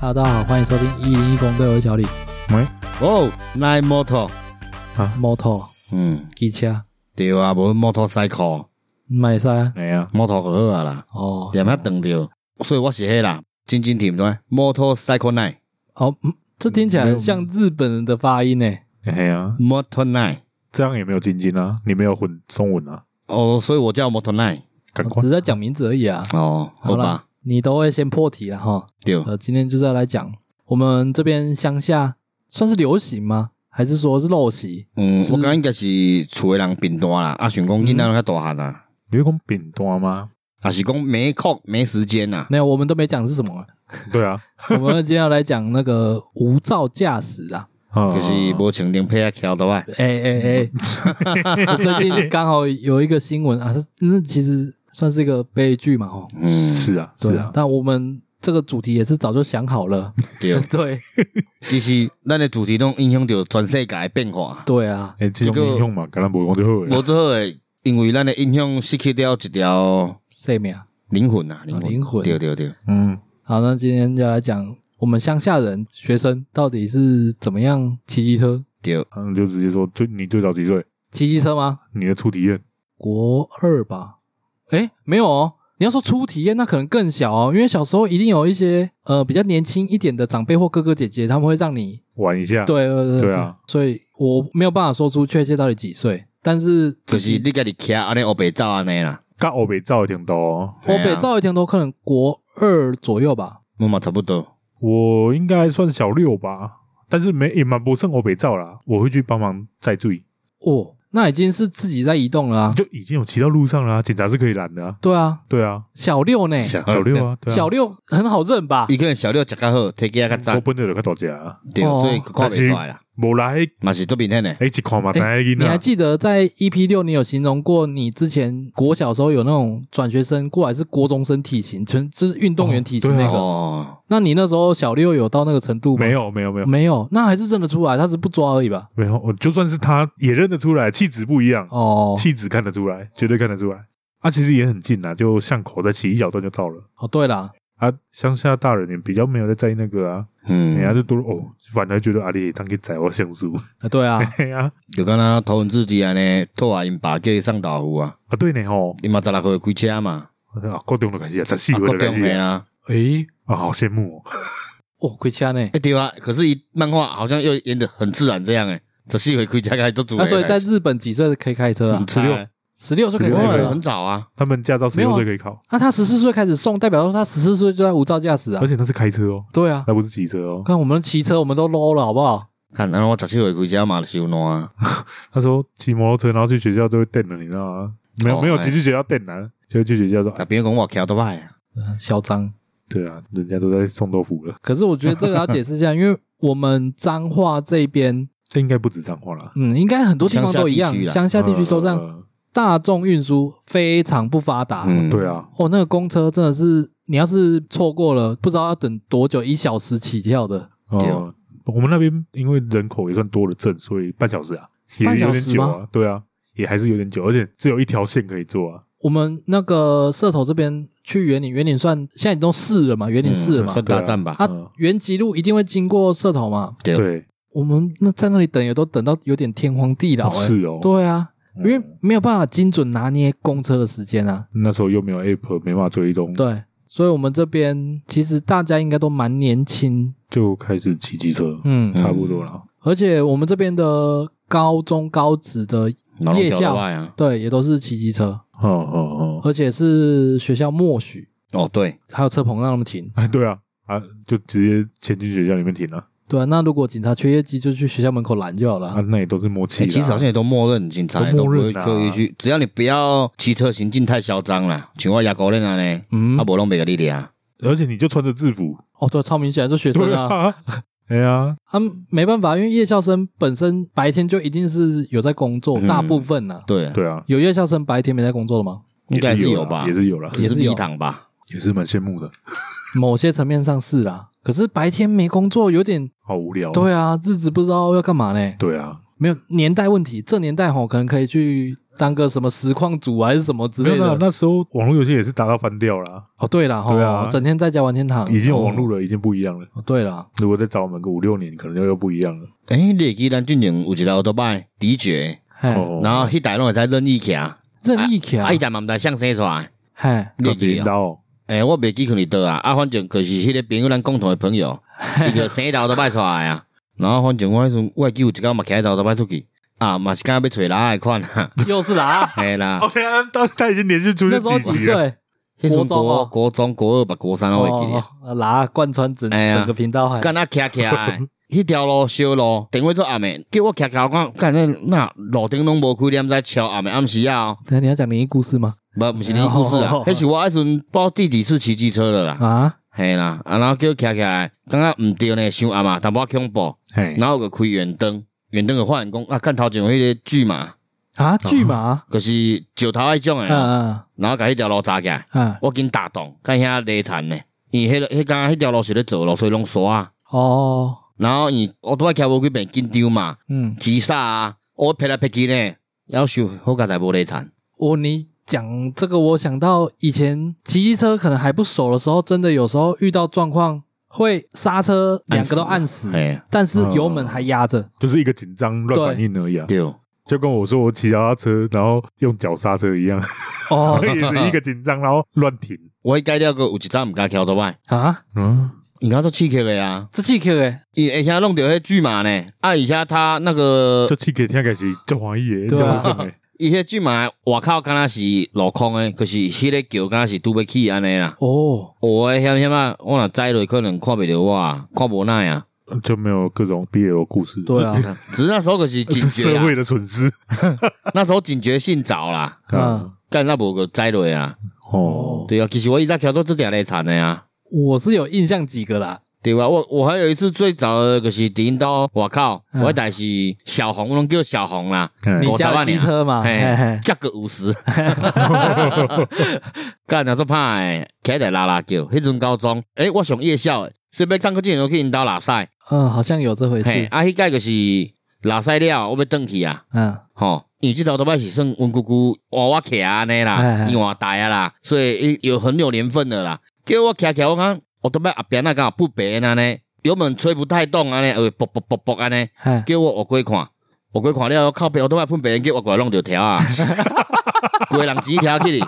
Hello，大家好，欢迎收听一零一公队，我是小李。哦，来摩托， Moto 嗯，机车，对啊，无摩托 cycle，买晒哎呀，摩托就好啊啦，哦点遐长着，所以我是迄啦，真真甜对，摩托 cycle night，哦，嗯这听起来很像日本人的发音呢。哎呀，摩托 night，这样也没有进京啊，你没有混中文啊，哦，所以我叫摩托 night，赶哦只快是在讲名字而已啊。哦，好好嗯吧啦，，你都会先破题了哈。对，呃，今天就是要来讲我们这边乡下算是流行吗？还是说是陋习？嗯，我感觉应该是厝诶人贫惰啦，啊，想讲囡仔拢较大汉啊，你会讲饼多吗？ 啊是讲没空没时间啊呐，没有，我们都没讲是什 么啊。对啊，我们今天要来讲那个无照驾驶啊。就就是无情定配啊桥的外，哎哎 哎，最近刚好有一个新闻啊，是那其实算是一个悲剧嘛，哦，嗯，是啊，是对啊，但我们这个主题也是早就想好 了，对，对其实咱诶主题拢影响着全世界诶变化。对啊，哎，这种这个应用嘛，橄榄不讲就好了无。最好诶，因为咱诶印象失去了一条谁没啊？灵魂啊，灵啊魂，灵魂对对对，嗯，好，那今天就来讲我们乡下人学生到底是怎么样骑机车？对，嗯，就直接说最你最早几岁，骑机车吗？你的初体验国二吧？哎，没有哦。你要说初体验，那可能更小哦，因为小时候一定有一些呃比较年轻一点的长辈或哥哥姐姐，他们会让你玩一下，，对对对对啊，所以我没有办法说出确切到底几岁，但是就自是己你家己徛安尼黑白走安尼啦，跟欧北照挺多哦。我嘿北啊照一天都可能国二左右吧，我嘛差不多，我应该算小六吧，但是没也蛮不胜欧北照啦，我会去帮忙再注意，哦，那已经是自己在移动了啊，就已经有骑到路上啦，警察是可以拦的啊，对啊，对啊，小六呢，小六，啊，对啊，小六很好认吧？伊可能小六食较好，体格较我早，本来就较大只啊，对，哦所以看袂出来啦，无啦，迄嘛是做明显诶，迄一看嘛，知影你还囡仔，记得在 EP 六，你有形容过你之前国小时候有那种转学生过来是国中生体型，纯就是运动员体型哦那对啊个。哦，那你那时候小六有到那个程度吗？没，有没有没有。没有，那还是认得出来，他只是不抓而已吧？没有，我就算是他也认得出来，气质不一样，哦，气质看得出来，绝对看得出来。啊，其实也很近啊，就巷口再骑一小段就到了。哦，对啦，啊，乡下大人也比较没有在在意那个啊，人家嗯，就都哦，反而觉得啊，你当个仔我像素。啊对啊， 哎呀，就敢若头文字 D 安尼，托啊因爸叫伊送豆腐啊，啊对呢吼，伊嘛十六岁开车嘛，啊，高中的开始啊，十四啊，岁国的开中始诶啊，啊，诶，啊好羡慕哦。哦，开车呢？诶对啊，可是伊漫画好像又演得很自然这样诶，十四岁开车开始做主，那所以在日本几岁可以开车啊？十六十六岁可以16开岁车很啊。早啊，他们驾照十没有六啊岁可以考，那他十四岁开始送，代表说他十四岁就在无照驾驶啊而？且他是开车哦，对啊，那不是骑车哦。看我们骑车我们都 low 了好不好？看，然后我十四岁开车嘛就有烂啊。那时候骑摩托车，然后去学校就会电了，你知道吗？没有哦没有，哎骑去学校电了，就会去学校说，啊，啊别人讲我桥都歹啊，呃嚣张。对啊，人家都在送豆腐了。可是我觉得这个要解释一下，因为我们彰化这边， 这应该不止脏话啦，嗯，应该很多地方都一样，乡乡下地区都这样，呃大众运输非常不发达。嗯，对啊，哦，那个公车真的是，你要是错过了，不知道要等多久，一小时起跳的。对哦，我们那边因为人口也算多了镇，所以半小时啊，也半是小有时点久啊，对啊，也还是有点久，而且只有一条线可以坐啊，我们那个社头这边去园林，园林算现在已经都市了嘛，园林市了嗯嘛，嗯算大战吧，啊嗯，原吉路一定会经过社头嘛。对对，我们那在那里等也都等到有点天荒地老、哦欸，是哦，对啊，因嗯为没有办法精准拿捏公车的时间啊。那时候又没有 app，没办法追踪，对，所以我们这边其实大家应该都蛮年轻，就开始骑机车，嗯，差不多了，而且我们这边的高中、高职的，老夜龙桥校都歹啊，对，也都是骑机车，哦哦哦，而且是学校默许，哦对，还有车棚让他们停。哎，对啊，啊，就直接潜进学校里面停了，对啊，那如果警察缺业绩，就去学校门口拦就好了啊，啊。那也都是默契欸啦，其实好像也都默认警察都都不默会认啊刻意去，只要你不要骑车行径太嚣张啦，像我牙膏恁安尼，嗯啊，，无拢袂甲你掠，而且你就穿着制服，哦，对，超明显是学生对啊， 啊，哎呀，他们没办法，因为夜校生本身白天就一定是有在工作，嗯大部分呢、啊，对，对啊，有夜校生白天没在工作的吗？应该也是是有啦吧，也是有啊了，也只是是有一堂吧，也是蛮羡慕的，某些层面上是啦、可是白天没工作，有点好无聊，啊对啊，日子不知道要干嘛呢。对啊，没有年代问题，这年代吼可能可以去当个什么实况组还是什么之没类有啦，的。那时候网络游戏也是打到翻掉啦，哦，对了，对啊哈，整天在家玩天堂，已经有网哦。络了，已经不一样了。哦对了，如果再找我们个五六年，可能又又不一样了。诶、你会记咱之前有一台奥托拜迪爵，嘿，哦，然后迄台拢会使任意骑，啊，任意卡啊，，伊台嘛毋知向生出来，嘿，你会记啊领得哦？导诶、我袂记可能倒啊，啊，反正就是迄个朋友咱共同的朋 友，伊就生一台奥托拜出来啊，然后反正我迄阵我会记有一工嘛骑一台奥托拜出去，啊，嘛是刚要找拉诶 款啊，，又是啦嘿啦， ，OK，啊他他已经连续出去那时候 几几集了，岁？迄哦国阵中哦国国中国二吧国三我会记得。哦，拿贯穿整哎呀整个频道，还干那徛徛的，迄条路小路，电话做暗的，叫我徛徛，我讲干那那路灯拢无开，你毋知超暗的暗时啊、哦，等一下你要讲灵异故事吗？无毋是你故事啊哦，迄是我迄阵不知道第几次骑机车了啦，啊，嘿啦，啊然后叫我徛徛的，感觉毋对呢，伤暗啊，淡薄仔恐怖，嘿，然后就开远灯，远灯就发现讲啊，干头前有迄个巨马，啊，巨马，就是石头迄种嗯的，嗯然后甲迄条路砸起来，嗯，我紧打动，干遐雷残呢，伊迄迄刚啊迄条路是咧走路，所以拢沙啊，哦，然后伊我拄仔徛无几遍紧张嘛。嗯，急煞啊，我拍来拍去呢，要求好佳才无雷惨。我你讲这个，我想到以前骑机车可能还不熟的时候，真的有时候遇到状况会刹车两个都按死，哎，但是油门还压着，就是一个紧张乱反应而已啊。对，就跟我说我骑脚踏车，然后用脚刹车一样，哦 也是一个紧张，然后乱停。我改了个有一站毋敢跳倒摆，啊，嗯，伊敢做刺激的啊，这气 Q 哎，伊而且弄着迄巨马呢，啊，而且他那个这气给听起是真欢喜的，对真啊好耍的。伊迄巨马外口敢若是镂空的，可是迄个桥敢若是拄要起安尼啦。哦，我诶险险啊，我若栽落可能看袂着我，啊，看无奈啊。就没有各种 BL 故事，对啊， 只是那时候可是警 是觉 社啊会，的损失。那时候警觉性早啦，嗯，干那无个栽落啊。哦，对啊，其实我一直跳到这点来惨的啊。我是有印象几个啦，对吧？我我还有一次最早的就是顶到我靠，嗯我代是小红，我拢叫小红啦，嗯你家的机车嘛，嘿啊嘿嘿，价格五十， 干啊做怕诶，起来拉拉叫，迄阵高中，诶、我上夜校诶，所以要上课之前我去因兜拉赛，嗯，好像有这回嘿，事，啊，迄个就是拉赛了，我要转去啊，嗯，吼，因为即头都摆是算阮姑姑娃娃徛啊安尼嘿啦，嘿因换大啊啦，所以有很有年份的啦，叫我徛徛，我讲我都摆后边那个不白安尼，油门吹不太动安尼，会啵啵啵啵安尼。嘿，叫我学过看，学过看了靠背，我都卖喷别人叫我过来弄条条啊，规人钱条去哩。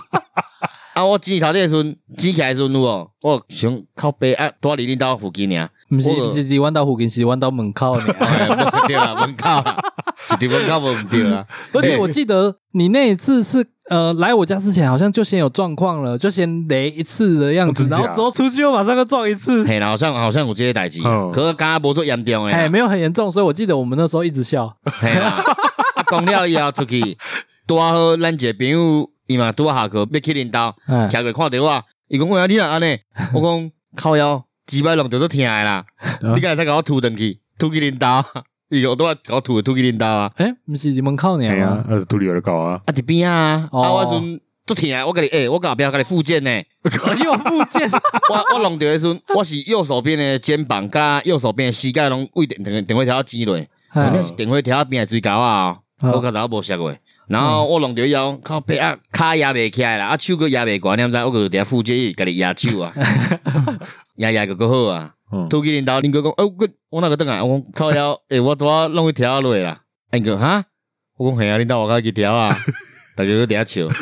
啊，我钱头的时阵，钱起来的时阵有无？我想靠背啊，住伫恁兜附近尔，不是我有不是你弯到附近，是弯到门口啊呢。哎无对啦，门口啦，是伫门口无毋对啦。而且我记得你那一次是呃来我家之前，好像就先有状况了，就先雷一次的样子，哦真然假后之后出去又马上又撞一次，嘿啦，好像好像有这个代志，嗯可是刚刚无做严重哎，诶，没有很严重，所以我记得我们那时候一直笑。嘿啦。啊，讲了以后出去，拄好咱一个朋友，伊嘛拄好下课要去恁兜。嗯，徛过看着我，伊讲啊我你若安 尼，我讲靠腰，鸡巴弄着都疼的 啦，你敢会使甲我吐转去，吐去恁兜，啊 伊讲我都要甲我吐吐去恁兜啊，哎，不是你们靠你哎呀吗？，呃，肚里有人搞啊，啊伫边啊，啊哦我迄阵足疼的，我甲你诶，我甲后壁甲你附件 呢，我有附 件，我我弄着迄阵，我是右手边的肩膀甲右手边的膝盖拢为电电电火条挤落，反正哎是电火条边的水沟啊，嗯我甲查某无熟过。然后我弄着以后，靠背啊，骹压袂起来啦，啊手个压袂悬，你毋知我个伫遐附件伊家己压手啊，压压个够好啊。嗯，突去恁兜，恁哥讲，哦，我我那个等来，我讲靠腰，诶、我拄啊弄一条落啦。啊，因哥哈，我讲嘿啊，恁兜外口几条啊？大家都伫遐笑，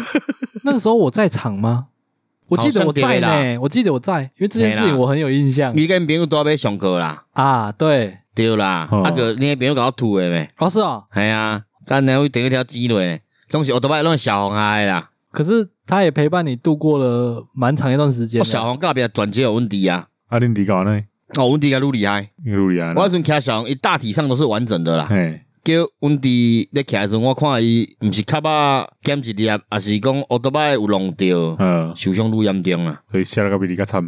那个时候我在场吗？我记得我在好像对呢，我记得我在，因为这件事情我很有印象你跟朋友拄啊要上课啦，啊。对，对啦，哦啊个你的朋友甲我吐诶咩？哦是哦，系啊，干然后第一条鸡落，拢是我都摆弄小红下的啦，可是他也陪伴你度过了蛮长一段时间我的。小红隔壁转接有问题啊，阿林迪搞呢，哦，问题甲愈厉害，路里啊，我迄阵骑小红，伊大体上都是完整的啦。哎，叫阮弟咧骑诶时阵，我看伊毋是卡巴减一粒，也是讲奥特曼有弄着，嗯，受伤愈严重啊。所以下了个比你 较惨，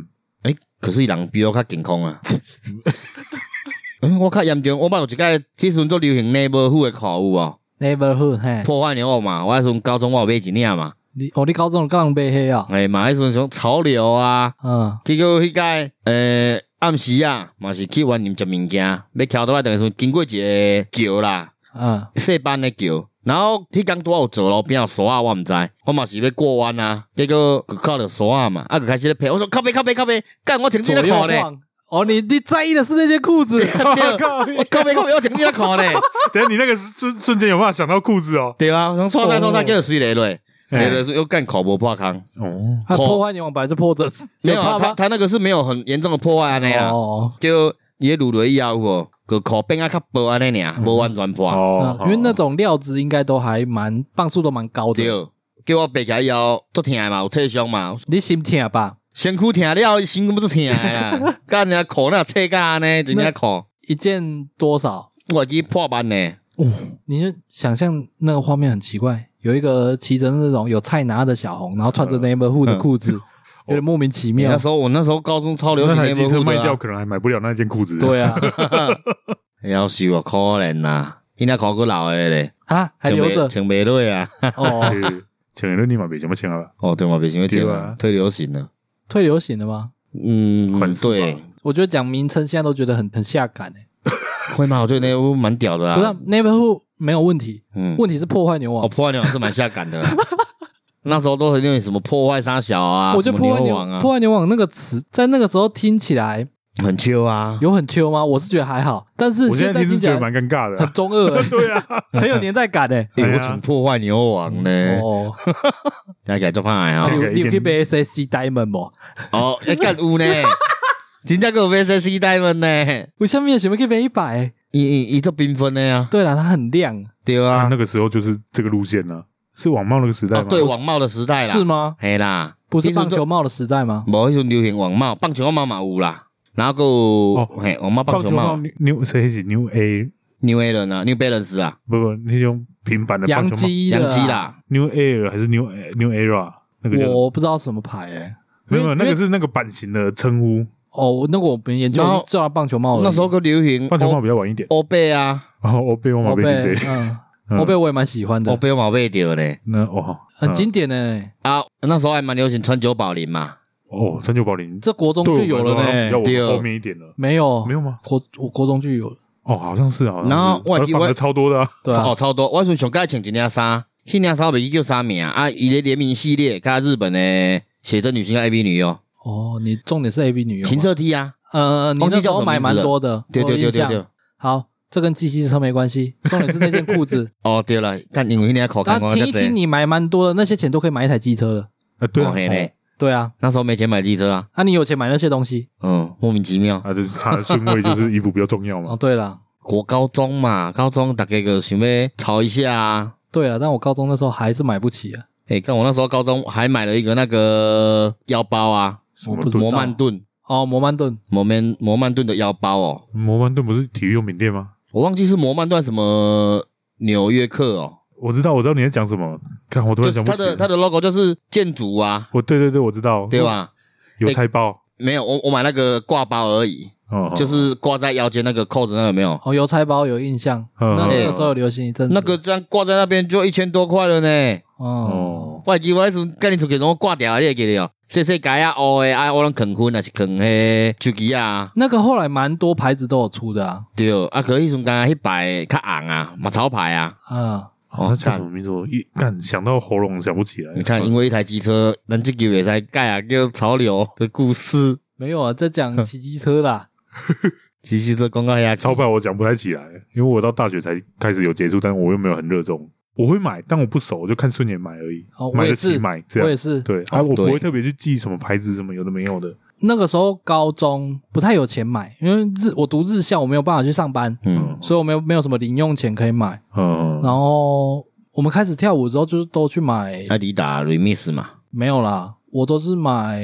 诶、可是伊人比我较健康啊。嗯，我较严重，我捌有一届，迄时阵做流行 neighborhood 的裤有无？ neighborhood 嘿，破坏牛嘛，我迄时阵高中我有买一领嘛，你哦你高中刚被黑啊，诶、嘛，迄时阵想潮流啊，嗯结果迄届诶暗时啊，嘛是去园林食物件，要桥倒来等于说经过一个桥啦，嗯。细班的桥，然后迄工拄好有坐路边有山啊，我毋知，我嘛是要过弯啊，结果就靠着山啊嘛，啊就开始咧拍，我说靠背靠背靠背，干我停止左咧右看咧，晃。哦，你你在意的是那件裤子，啊我靠！我靠背靠背我停止咧看 咧，等下你那个瞬瞬间有办法想到裤子哦？对啊，从错山错山叫水雷哦落，雷哎落又干口无破空，哦，他破坏你王本来是破折， 没有差啊他吗？他那个是没有很严重的破坏安尼啊，哦，叫伊迄落雷以后有无，个口变啊较薄安尼尔，无完全破。哦嗯，因为那种料子应该都还蛮磅数都蛮高对哦的，，叫我爬起来以后，足疼的嘛，有退伤嘛，你心疼吧？身躯疼了，身躯要足疼的 啦。干人裤那退甲安尼，真正裤，一件多少？我已经破万呢。你就想象那个画面很奇怪，有一个骑着那种有菜拿的小红，然后嗯穿着 neighborhood 的裤子， 有点莫名其你那妙。时候我那时候高中超流那行台机车 neighborhood 卖的 掉，啊，可能还买不了那件裤子。，对 啊，夭寿啊，可怜呐，伊那裤个老的咧，啊，还留着穿袂落啊。 哦，抢了立马别什么啊抢了吧？哦，对嘛，袂想要穿对啊啊，退流行了。退流行了吗？嗯款，式吧对，我觉得讲名称现在都觉得很很下感诶、会吗？我觉得那屋蛮屌的不是啊。 neighborhood 没有问题，嗯，问题是破坏牛哦，网。破坏牛网是蛮下感的 啦。那时候都很有什么破坏沙小啊，我觉得什么破坏牛牛王啊，破坏牛网那个词，在那个时候听起来很秋啊，有很秋吗？我是觉得还好，但是我现在在听是听起觉得来蛮尴尬的很啊。中 二、欸，对啊，很有年代感 诶、欸、哎我呀准破坏牛王呢，哦，听起来就怕的你这有个哦。你有一点去买 S C Diamond 无？哦，哎干有呢，真正有 VCC 带们呢，我下面想要去买一百。欸伊伊伊做缤纷的啊，对了，它很亮，对他啊那，个时候就是这个路线呢，是网帽那个时代哦啊吗？对，网帽的时哎代啦，是？吗？嘿啦，不是那时棒候球，帽的时代嗯吗？无迄阵流行网帽，棒球帽嘛有啦，然后还有、哦嘿网帽棒棒球球帽帽 New 谁是 New A？ ，New A 人啊，New Balance 啊，不不，那种平板的棒洋球帽基的洋啊基，啦， New Air 还是 New New Era？那个叫我不知道什么牌诶。没有，因为那个是那个版型的称呼，哦，那个我们研究然后就叫棒球帽而已。那时候个流行棒球帽比较晚一点。欧贝啊，哦，我被我马我被被这，嗯，我被我也蛮喜欢的欧，贝嘛买着呢，那哦，很嗯经典欸呢。啊，那时候还蛮流行穿九宝林嘛，哦，三九保龄这国中就有了呢。比对较往后面一点了，没有，没有吗？国我国中就有了。哦，好像是，好像是然后我还呃记反我而超多的 啊，对啊哦，，超多。我阵上届穿一件衫，迄件衫袂记叫啥名啊？啊，伊咧联名系列，甲日本的写真女星跟 AV 女优，哦，你重点是 A B 女优情嘛，色 T 啊，呃，你忘记那时叫候什么买名字蛮了多的，对我有对对印对象对。好，这跟机器车没关系，重点是那件裤子。哦，对了，但因为迄件口啊 感，我听一听，你买蛮多的，那些钱都可以买一台机车了。啊，对啊，嘿嘞哦，对啊，那时候没钱买机车啊，那、你有钱买那些东西？嗯，莫名其妙。啊，就是它的顺位就是衣服比较重要哦，嘛，对了，国高中嘛，高中大家个想要潮一下啊。对了，但我高中那时候还是买不起啊。诶，看我那时候高中还买了一个那个腰包啊，什我么不知盾道摩曼顿，哦，摩曼顿摩曼摩曼顿的腰包哦，摩曼顿不是体育用品店吗？我忘记是摩曼顿什么纽约客哦，我知道，我知道你在讲什么，看我突就然是想不哦它起的，它的 logo 就是建筑啊，我对对对，我知道，对？吧？哎有菜包，没有，我我买那个挂包而已，哦，就哦是挂在腰间那个扣子，那个有没有？哦，邮差包有印 象，嗯那嗯那个时候有流行一阵子。那个这样挂在那边就一千多块了呢。哦，哦，我还记得我迄阵跟你出去拢挂掉，你会记得哦？细细解啊，乌的啊，我拢扛捆，也是扛迄手机啊，那个后来蛮多牌子都有出的啊。对。啊，可是迄阵刚迄排较红啊，嘛潮牌啊。啊，哦，那叫干什么名字？我一干想到喉咙想不起来。你看，因为一台机车，咱这个也才盖啊，叫潮流的故事。没有啊，在 讲骑机车啦。其实这广告也超派我讲不太起来，因为我到大学才开始有接触，但我又没有很热衷。我会买，但我不熟，我就看顺眼买而已，哦，我买也得起是，买这我也样。是。对，哦啊，我不对会特别去记什么牌子什么有的没有的。那个时候高中不太有钱买，因为日我读日校，我没有办法去上班，嗯，所以我没有没有什么零用钱可以买。嗯，然后我们开始跳舞之后，就是都去买，阿迪达 remix 嘛。没有啦，我都是买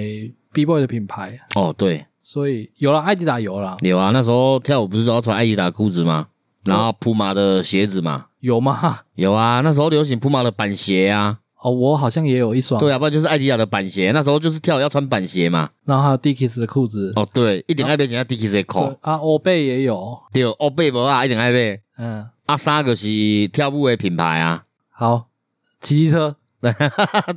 B boy 的品牌，哦，对，所以有了艾迪达有啦，有啊，那时候跳舞不是都要穿艾迪达裤子吗？然后普马的鞋子嘛，有吗？ 有啊，那时候流行普马的板鞋啊，哦，我好像也有一双，对啊，不然就是艾迪达的板鞋，那时候就是跳舞要穿板鞋嘛。然后还有 Dickies 的裤子，哦，对，一定爱买一件 D K C 对裤，啊，欧贝也有，对，哦，贝无啊，一定爱买。嗯，啊，三个是跳舞的品牌啊， 好，骑机车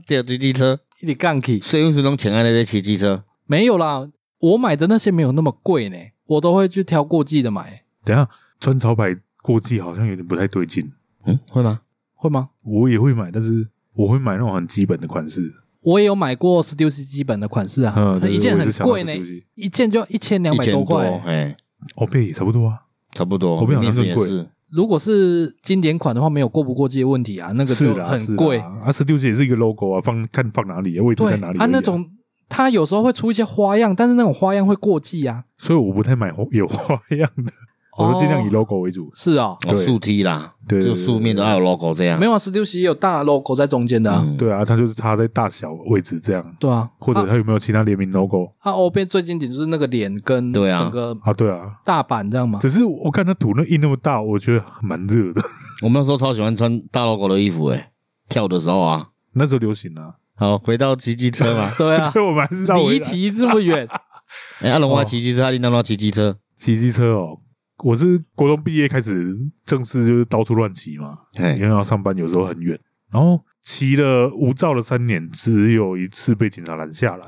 对，骑机车，一点杠起所以有时拢穿安尼咧骑机车。没有啦，我买的那些没有那么贵呢，我都会去挑过季的买，等一下穿潮牌过季好像有点不太对劲，嗯，会吗？会吗？我也会买，但是我会买那种很基本的款式。我也有买过 Stussy 基本的款式啊嗯，对一件很贵我呢也是想到 Stussy，一件就要一千两一百千块。哎，欧贝也差不多啊，差不多，我不想历让史它也贵是，如果是经典款的话，没有过不过季的问题啊，那个是就啦，很贵是。啦啊，十六级也是一个 logo 啊，放看放哪里，位置对在哪里而已啊，那，种它有时候会出一些花样，但是那种花样会过季啊。所以我不太买花有花样的，哦我都尽量以 logo 为主。是啊、哦，对竖梯啦，对对就对竖面的要有 logo 这嗯样，没有啊，Stussy 也有大 logo 在中间的啊。嗯对啊，它就是差在大小位置这样，对啊，或者啊它有没有其他联名 logo 啊欧贝最经典就是那个脸跟对啊整个啊？对啊，大阪这样嘛。，只是我看它图那印那么大，我觉得蛮热的， 我们那时候超喜欢穿大 logo 的衣服，哎，跳的时候啊。那时候流行啊，好，回到骑机车嘛对啊 所，以我们还是绕回离来题这么远， 哎，阿龙我骑机车，阿林当当骑机车，骑机车哦。我是国中毕业开始正式就是到处乱骑嘛，因哎，为要上班有时候很远，然后骑了无照了三年，只有一次被警察拦下来，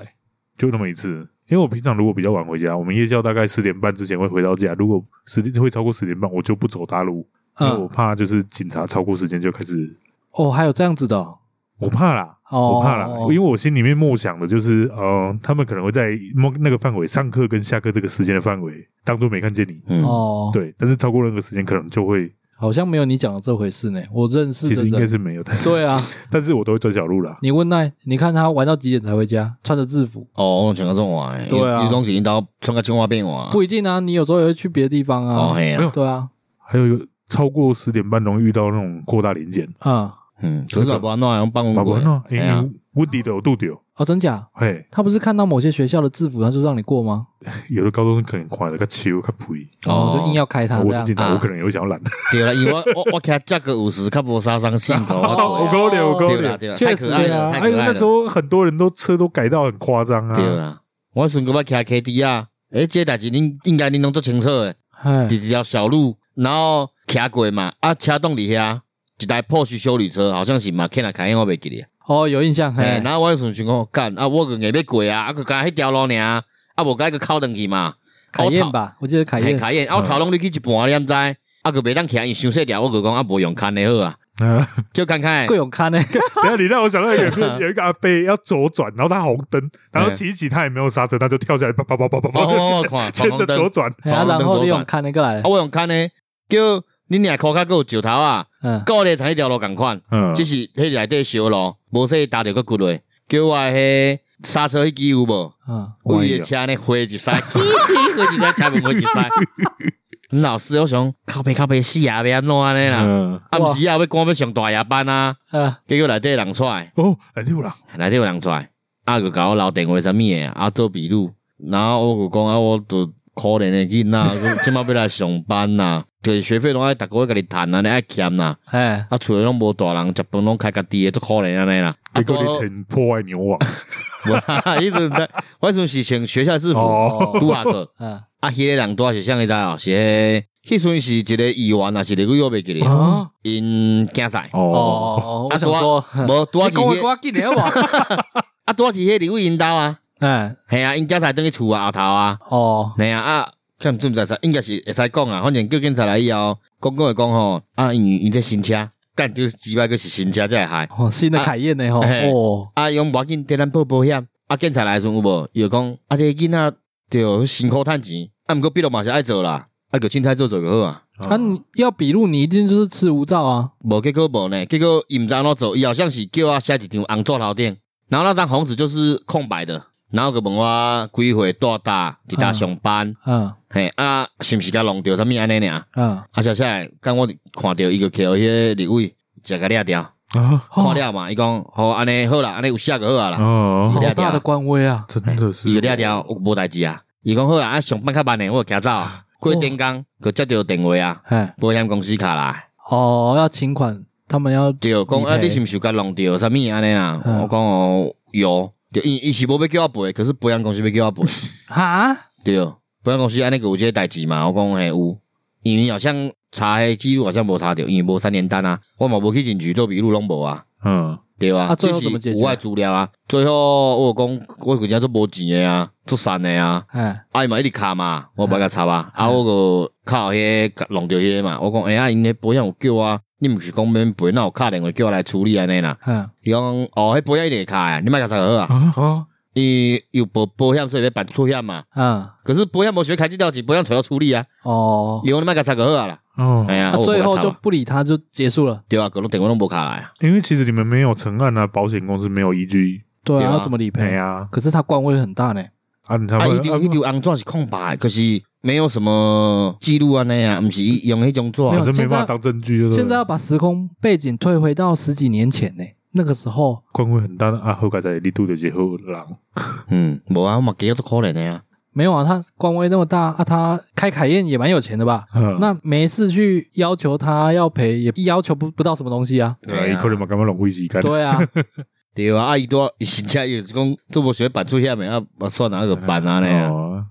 就那么一次。因为我平常如果比较晚回家，我们夜校大概十点半之前会回到家，如果十点会超过十点半，我就不走大路，因为我嗯，怕就是警察超过时间就开始，哦，还有这样子的哦，我怕啦，哦我怕啦，因为我心里面默想的就是，呃，他们可能会在某那个范围上课跟下课这个时间的范围当做没看见你，嗯，哦，对，但是超过那个时间可能就会，好像没有你讲的这回事呢。我认识其的实应该人，是没有，但是对啊，但是我都会走小路啦。你问奈，你看他玩到几点才回家，穿着制服，哦，我穿个这种玩，哎对啊有东西到穿个青蛙变玩，不一定啊，你有时候也会去别的地方哦啊，嘿没啊有，对啊，还有超过十点半容易遇到那种扩大零检，嗯，嗯，可是也不安怎用帮我马们文过哦，因为温迪都有度掉，哦，真假？嘿，他不是看到某些学校的制服，他就让你过吗？有的高中生可能看了个球个皮，哦，就硬要开他这我是样警。察，啊我可能也会想要懒，对啦，因为我 我我看价格五十，较无杀伤性头，哦我我勾脸，我勾啊对啦脸，对啦，确太实可爱了，啊太哎，可爱那时了，候很多人都车都改到很夸张对 啊，啦，我顺个要骑 KD 啊，哎，这代志恁应该恁拢做清楚的，哎伫，一条小路，然后骑过嘛，啊，车洞底下一台 Porsche 修理车，好像是嘛，看来看因我袂记咧，哦，有印象，哎嘿，，然后我顺想讲干，啊，我个硬要过啊，啊，佮迄条路尔，啊，无佮个靠转去嘛，啊凯燕吧，我记得凯嗯嘿燕，凯宴，啊，我头拢你去一半，你毋知，啊，佮袂当骑，伊伤细条，我佮讲啊，无用牵的好啊，啊，叫看看贵。永康呢？等一下你让我想到一个有一个阿伯要左转，然后他红灯，然后骑一骑他也没有刹车，他就跳下来，叭叭叭叭叭叭， 哦，我就 看接闯红着左灯，转，嘿啊然后从灯你左永转看那个来啊，，我用看呢，叫你俩裤脚个有石头啊，嗯，够咧长迄条路共款，嗯只是迄内底小路，无说打着个骨落，叫我迄刹车迄支有无？嗯，我伊个车呢，花一塞，起起花一塞，车门花一塞。 嗯老师，我想靠背靠背死啊，要安怎安尼啦？嗯，暗时啊，要赶要上大夜班啊，嗯，结果内底人出来，哦，哎六啦，内底有人出来，啊，就甲我留电话啥物诶，啊，做笔录，然后我就讲啊，我就可怜诶囡仔， 即摆要来上班呐，就是学费拢爱逐个月甲你趁啊，你爱欠呐，哎，啊，厝内拢无大人，食饭拢开家己诶，足可怜安尼啦。啊结果我 你成破坏牛网，无啦，迄阵在， 我迄阵是穿学校制服，哦，拄下个。嗯，啊，迄个人多是啥个知哦？是迄迄阵是一个议员啊，是一个我袂记咧，哦因竞赛，哦哦，哦，我啊想拄啊说， 无多是你跟我迄我记得我，啊多是迄刘因兜啊，哎，系啊，因竞赛等去厝啊后头啊，哦，系啊啊，看毋知啥，应该是会使讲啊，反正叫警察来以后，讲讲会讲吼，啊因因这新车，干就是几百个是新车才会害，哦，新的凯燕呢？吼，啊嘿哦，啊用无要紧，等咱报保险，啊警察来的时阵有无，伊就讲啊这个囡仔着辛苦趁钱，啊毋过笔录嘛是爱做啦，啊着凊彩做做就好啊。嗯啊，你要笔录，你一定就是吃无照啊，无结果无呢，结果伊毋知安怎做，伊好像是叫我写一张红纸头顶，然后那张红纸就是空白的，然后就问我几岁多大，伫搭上班，嗯嘿啊，是毋是甲弄着啥物安尼尔？嗯，啊，写写来，刚我看着伊就摕迄个立位，食甲掠掉，啊，哦看了嘛，伊讲好安尼好啦，安尼有写就好啊啦，哦，好掠掉大的官威啊，真的是伊就掠掉，我无代志啊，伊讲好啦，啊上班较慢呢，我行走，过哦点工，佮接到电话啊，哎，保险公司卡来。哦，要请款，他们要对，讲啊，理赔你是毋是有甲弄着啥物安尼啦？嗯我讲哦，有，对，伊伊是无要叫我赔，可是保险公司要 叫我赔，哈，对，保险公司安尼个有即个代志嘛，我讲嘿有，因为好像查迄记录好像无查着，因为无三联单啊，我嘛无去警局做笔录拢无啊，嗯，对啊，啊最后怎这是么解决有我的资料啊，最后我有讲我有家做无钱诶啊，做散诶啊。哎，啊，伊嘛一直卡嗯嘛，我无甲插啊，啊，我个靠迄个弄着迄个嘛，我讲哎呀，因迄保险有叫啊，你毋是讲免赔，那有敲电话叫我来处理安尼啦。嗯，伊讲哦，迄保险一定会敲诶，你莫甲啥好啊？啊，哦，伊有保保险，所以要办出险嘛。嗯，可是保险无想要开即条钱，保险找我处理啊。哦伊，讲你莫甲啥好啊啦。哦哎，呀，啊我，最后没甲就吵啊不理他，就结束了。对啊，各种电话拢无敲来啊。因为其实你们没有成案啊，保险公司没有依据。对对啊，啊要怎么理哎赔？呀，可是他官位很大呢。啊，你他啊，们伊张伊张红纸是空白的，可是没有什么记录安尼啊，毋是伊用迄种纸。啊没有反正没现办在法当证据，就是现在要把时空背景退回到十几年前呢，那个时候官会很大啊，后改在力度的结合人，嗯，无啊，我嘛加都可怜的啊。没有啊，他官位那么大啊，他开凯宴也蛮有钱的吧？嗯那没事去要求他要赔，也要求不不到什么东西啊。哎对啊，伊可能嘛感觉浪费时间。对啊，对啊，啊伊拄啊，伊真正伊是讲做无想办出遐面啊，啊算哪个办啊尼啊。哦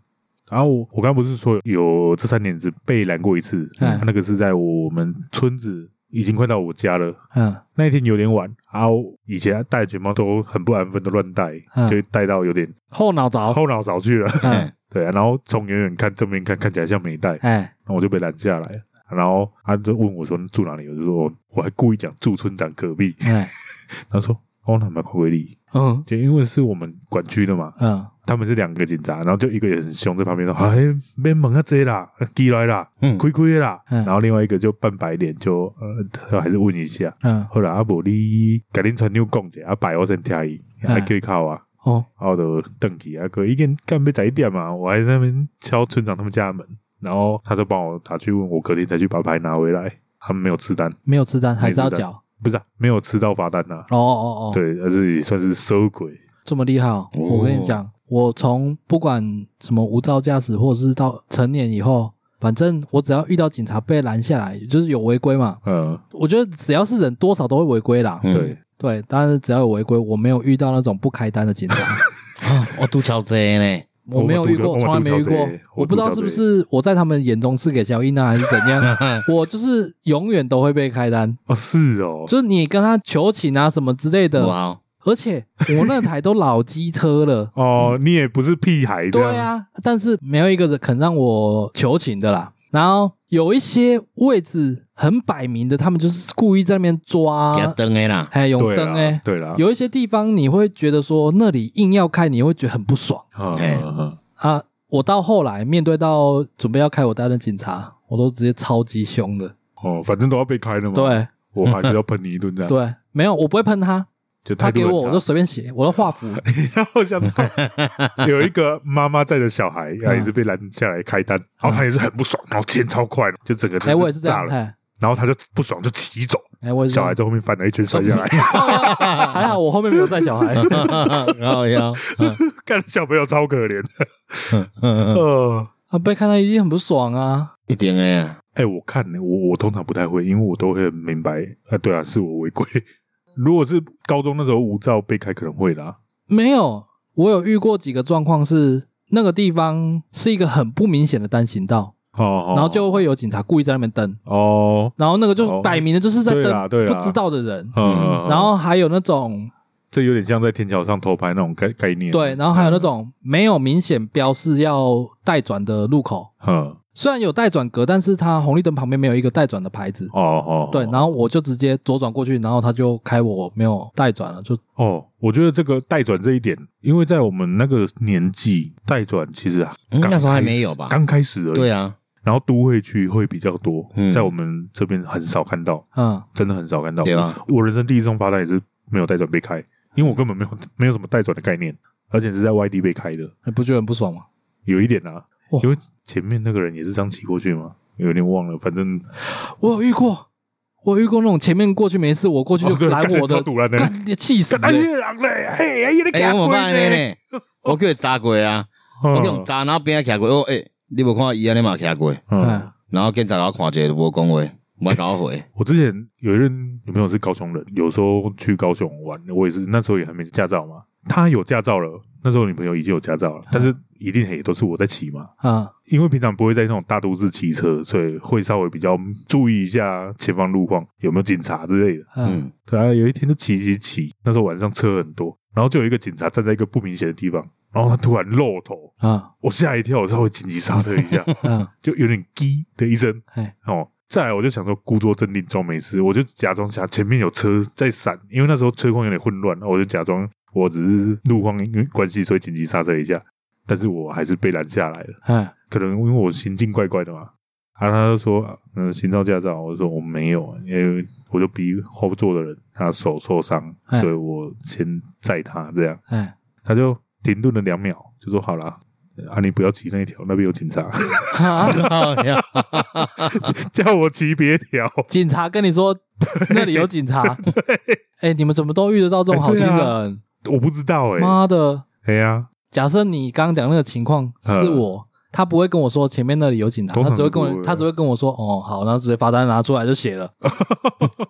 然后我我刚刚不是说有这三年只被拦过一次，嗯他那个是在我们村子，已经快到我家了。嗯那一天有点晚，然后以前戴卷毛都很不安分，都乱戴，嗯哦就戴到有点后脑勺，后脑勺去了。嗯，对啊，然后从远远看正面看，看起来像没戴，然哎，后我就被拦下来。然后他就问我说住哪里，我就说我还故意讲住村长隔壁。哎，他说哦，那蛮规力， 嗯就因为是我们管区的嘛，嗯，他们是两个警察，然后就一个也很凶，在旁边说：“哎，别猛啊，这啦，起来啦，嗯亏亏啦。嗯然后另外一个就扮白脸，就呃，他还是问一下。嗯，后来阿伯你甲恁传牛讲者，啊，白我先听伊，嗯还叫伊靠啊，哦，啊我就等去啊，哥已经干杯在一点嘛，我还在那边敲村长他们家的门，然后他就帮我打去问我，隔天才去把牌拿回来，他们没有吃单，没有吃单还是要没吃缴。不是、啊、没有吃到罚单呐、啊，哦哦哦，对，而是也算是收鬼，这么厉害哦！哦我跟你讲，我从不管什么无照驾驶，或者是到成年以后，反正我只要遇到警察被拦下来，就是有违规嘛。嗯，我觉得只要是人，多少都会违规啦。嗯对，对，但是只要有违规，我没有遇到那种不开单的警 察，啊我拄超济呢，我没有遇过，我从来没遇我过我。我不知道是不是我在他们眼中是给小英啊，还是怎 样。我就是永远都会被开单，哦，是哦，就是你跟他求情啊什么之类的，哇，而且我那台都老机车 了。哦，你也不是屁孩，这样对，啊，但是没有一个人肯让我求情的啦。然后有一些位置很摆明的，他们就是故意在那边加抓，灯的啦， 还有对啊灯哎、啦，对啦，有一些地方你会觉得说那里硬要开，你会觉得很不爽嗯，哎嗯嗯啊。我到后来面对到准备要开我单的警察，我都直接超级凶的。哦，反正都要被开了嘛，，对我还是要喷你一顿这样，，对，没有，我不会喷他，就他态度给很我我差就随便写，我都画 符。然后我 想到有一个妈妈带着小孩，然后嗯也是被拦下来开单，然后他也是很不爽，然后天超快，就整个哎、我也是这大样，了，哎然后他就不爽就骑走，哎、我也是这小样孩。在后面翻了一哎圈摔嗯下来， 还好我后面没有带小孩。然后要，看小朋友超可怜，嗯嗯嗯 呃。 啊，被看到一定很不爽啊！一定的啊，哎、我看我我通常不太会，因为我都会很明白啊，对啊，是我违规。 如果是高中那时候无照被开，可能会啦。没有，我有遇过几个状况是那个地方是一个很不明显的单行道，哦，然后就会有警察故意在那边蹬，哦，然后那个就哦摆明的就是在对蹬啦对啦不知道的人，嗯，然后还有那种这有点像在天桥上偷拍那种概概念。对，然后还有那种没有明显标示要待转的路口，嗯，虽然有待转格，但是它红绿灯旁边没有一个待转的牌子哦。哦，对，然后我就直接左转过去，然后他就开我没有待转了，就哦，我觉得这个代转这一点，因为在我们那个年纪，代转其实啊，嗯刚那时候还开始没有吧刚开始而已。对啊，啊，然后都会区会比较多，嗯在我们这边很少看到，嗯真的很少看到。对啊，我人生第一张罚单也是没有代转被开，因为我根本没有没有什么代转的概念，而且是在外地被开的，你不觉得很不爽吗？有一点啊哇，因为前面那个人也是这样骑过去嘛，有点忘了，反正我有遇过，我有遇过那种前面过去没事，我过去就哦对拦干我的超， 堵然的，干你气死、干欸！哎呀人嘞，嘿，哎呀你哎，假我鬼嗯爸呢？ 呢，我叫伊扎过啊，我叫伊扎，然后边仔徛过，哦，哎，你无看伊安尼嘛徛过，嗯嗯，然后警察甲我看者无讲话，无甲我回，我之前有一任女朋友是高雄人，有时候去高雄玩，我也是那时候也还没驾照嘛。她有驾照了，那时候女朋友已经有驾照了，但是一定也都是我在骑嘛，啊，因为平常不会在那种大都市骑车，所以会稍微比较注意一下前方路况有没有警察之类的。嗯 嗯，对啊，有一天就骑骑骑，那时候晚上车很多，然后就有一个警察站在一个不明显的地方，然后他突然露头，啊我吓一跳，我稍微紧急刹车一下，啊，就有点“滴”的一声嘿，哦，再来，我就想说故作镇定装没事，我就假装想前面有车在闪，因为那时候车况有点混乱，我就假装我只是路况因为关系，所以紧急刹车一下，但是我还是被拦下来了。哎，可能因为我行径怪怪的嘛。啊，他就说，嗯、行照驾照，我就说我没有，因为我就逼后座的人，他手受伤，哎所以我先载他这样。哎，他就停顿了两秒，就说好啦，啊，你不要骑那条，那边有警察，哈嗯 叫我骑别条。 警察跟你说那里有警察，哎，你们怎么都遇得到这种好心哎对人？我不知道哎、妈的！哎呀，假设你刚刚讲那个情况嗯是我，他不会跟我说前面那里有警察，通他常只会跟不我会他只会跟我说哦好，然后直接罚单拿出来就写 了，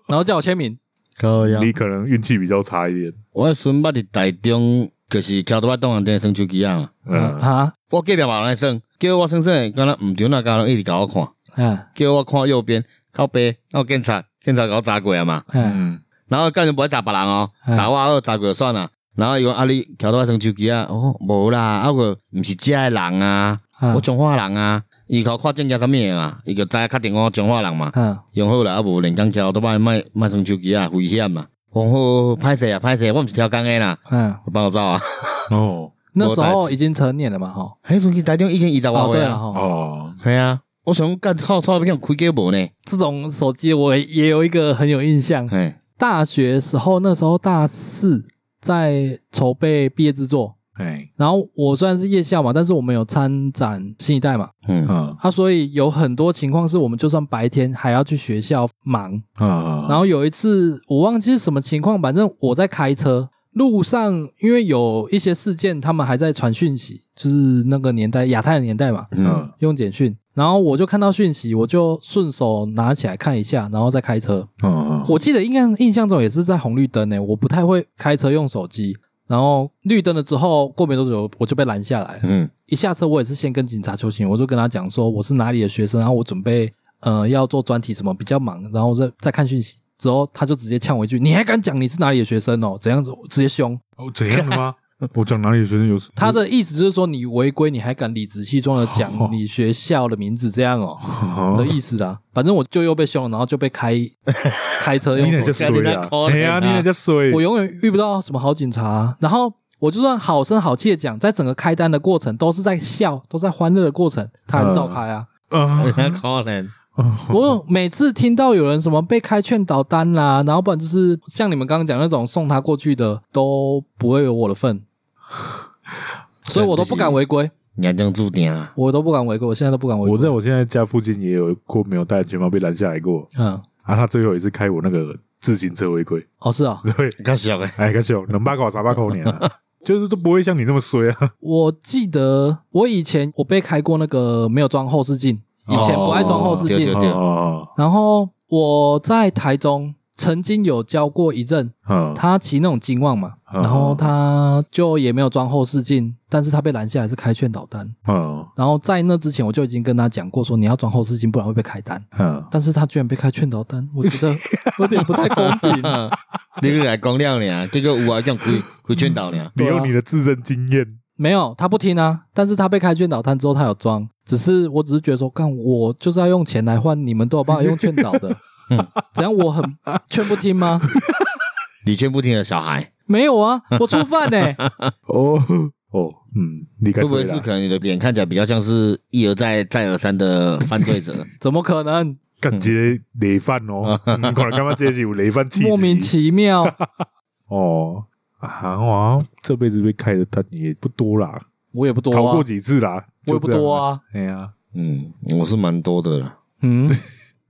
然后叫我签名。靠呀！你可能运气比较差一点。我迄阵捌伫台中，就是桥头仔当人在耍手机啊嘛。嗯嗯，哈，我隔壁嘛有人在耍，叫我耍耍的，敢若毋对那家人一直甲我看，嗯叫我看右边靠北，那有警察警察甲我砸过啊嘛。嗯嗯，然后干就不会砸别人哦，嗯砸我好砸过就算了。然后伊讲啊，你桥头仔耍手机啊？哦，无啦，啊我毋是遮诶人啊，我嗯彰化人啊。伊甲我看证件啥物诶嘛，伊就知影确定我彰化人嘛。嗯用好啦，啊无连工桥都莫莫莫耍手机啊，危险啦。我讲好好好歹势啊，歹势，我毋是超工诶啦，嗯，我帮我走 啊。哦那时我候代志已经成年了嘛，哈。迄阵去台中已经二十哦，外岁对了啊，哈，哦，系啊，我想干靠操，要开家无呢？这种手机我也有一个很有印象。嘿，大学时候，那时候大四在筹备毕业制作，哎，然后我虽然是夜校嘛，但是我们有参展新一代嘛，嗯，嗯啊，所以有很多情况是我们就算白天还要去学校忙。啊，然后有一次我忘记是什么情况，反正我在开车。路上，因为有一些事件，他们还在传讯息，就是那个年代亚太的年代嘛，嗯，用简讯。然后我就看到讯息，我就顺手拿起来看一下，然后再开车。嗯我记得应该印象中也是在红绿灯呢、我不太会开车用手机。然后绿灯了之后，过没多久我就被拦下来了。嗯， 一下车我也是先跟警察求情，我就跟他讲说我是哪里的学生，然后啊我准备呃要做专题什么比较忙，然后再再看讯息。之后他就直接呛我一句：“你还敢讲你是哪里的学生哦？怎样子？”直接凶。哦，怎样的吗？ 我讲哪里学生有他的意思就是说你违规，你还敢理直气壮的讲你学校的名字这样哦哦的意思啦。反正我就又被凶，然后就被 开开车用你手那机叫衰啦，哎呀，你那叫衰，我永远遇不到什么好警察、啊然后我就算好声好气的讲，在整个开单的过程都是在笑，都在欢乐的过程，他还是照开啊。啊人家可能，哦嗯我每次听到有人什么被开劝导单啦、然后不然就是像你们刚刚讲那种送他过去的，都不会有我的 份，所以我都不敢违规，人家注定啊，我都不敢违规，我现在都不敢违规。我在我现在家附近也有过没有戴安全帽被拦下来过，嗯，啊，他最后也是开我那个自行车违规，哦是啊、对，较俗诶，哎，可惜哦，能八口啥八口年啊，就是都不会像你那么衰啊，我记得我以前我被开过那个没有装后视镜，以前不爱装后视哦对镜对，哦哦然后我在台中曾经有教过一阵，哦，他骑那种金旺嘛，嗯然后他就也没有装后视镜，但是他被拦下来是开劝导单。嗯然后在那之前我就已经跟他讲过说你要装后视镜，不然会被开单。嗯，但是他居然被开劝导单，我觉得有点不太公平。 你去来讲了呢，结果有啊，叫开开劝导呢，你有你的自身经验，没有，他不听啊，但是他被开劝导单之后他有装，只是我只是觉得说，干我就是要用钱来换，你们都有办法用劝导 的，怎样我很劝不听吗？你劝不听的小 孩，没有啊，我初犯呢、 哦哦，嗯，你该会不衰会是了，可能你的脸看起来比较像是一而再再而三的犯罪者？怎么可能？干这个累犯哦，你可能干嘛这是有累犯气嗯质，莫名其妙。哦。啊，我这辈子被开的单也不多啦，我也不多逃过啊，几次啦，我也不多啊。就这样啊。哎呀， 嗯，我是蛮多的啦。啊 嗯，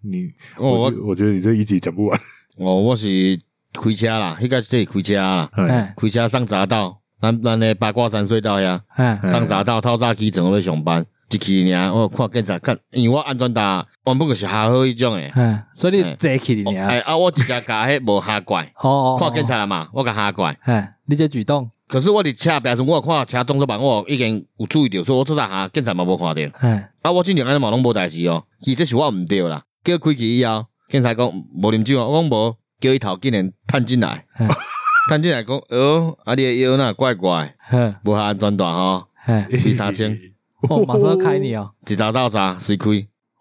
你我哦我觉我觉得你这一集讲不完。哦我哦我是开车啦，迄个是开车啦， 哎开车上匝道，咱咱的八卦山隧道呀。哎，上匝道透早起床要上班，一去呢，我看警察看，因为我安全带原本就是下好迄种诶。哎，所以你这起哦你啊哎，啊，我直接甲迄无下拐，哦哦，哦看警，察了嘛，我甲下拐。哎，你这举动，可是我伫车边时，我有看车动作慢，我已经有注意到，说我做啥下警察嘛无看着。哎，啊，我正常安尼嘛拢无代志哦，其实是我毋对啦。叫开去以后，警察讲无啉酒哦，我讲无，叫伊头竟然探进来哎， 探进来讲，哦，啊你诶腰那怪怪，哎无下安全带吼，哎，哦比三千，我马上要开你啊！一查到查随开。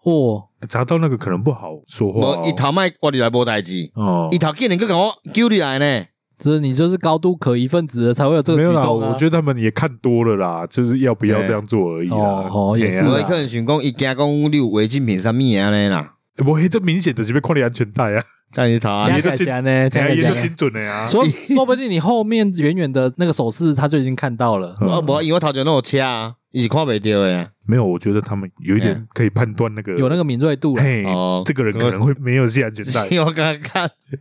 哦，查到那个可能不好说话哦、无伊头卖我入来无代志，哦伊，头竟然去甲我揪你来呢，就是你就是高度可疑分子了才会有这个没举有动、啦，啊、我觉得他们也看多了啦，就是要不要这样做而已啦。哦哦也是嘿啊我可能想讲伊惊讲你有违禁品啥物啊安尼啦，欸不会，这明显的是被框你安全带啊，但是头啊听也起来就像呢，听哎呀起也来是像呢精准的 呀、啊。说说不定你后面远远的那个手势，他就已经看到了。嗯我哦无因为我头前拢有车啊，伊是看袂着的啊。没有，我觉得他们有一点可以判断那个有那个敏锐度了，嘿，哦这个人可能会没有系安全带。我刚看，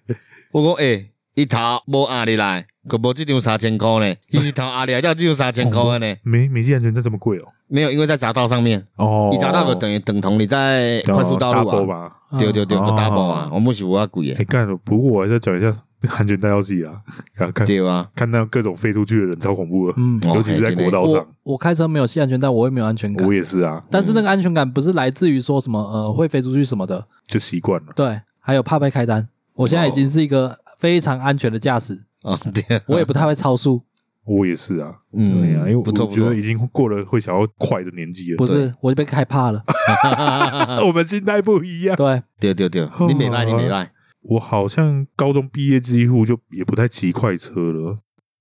我讲欸诶，伊、头无压入来，佮无即张三千箍呢，伊是头压入来要即张三千箍的呢，没没系安全带这么贵哦。没有，因为在匝道上面，哦，伊匝道就等于等同你在快速道路啊，吧。嗯对对对，哦佮 double 啊，我们是无遐贵哎，诶，干，不过我还是要讲一下安全带要系啊，啊看对啊，看到各种飞出去的人超恐怖的，嗯，哦尤其是在国道我上，我开车没有系安全带，我也没有安全感我。也是啊，但是那个安全感不是来自于说什么呃会飞出去什么的，就习惯了。对，还有怕被开单。我现在已经是一个非常安全的驾嗯驶，哦对啊，我也不太会超速。我也是啊，嗯对啊，因为我不错不觉错得已，经过了会想要快的年纪了。不是，我就被害怕 了。啊，我们心态不一样。对， 对对对，你袂哦歹你袂歹，我好像高中毕业几乎就也不太骑快车了。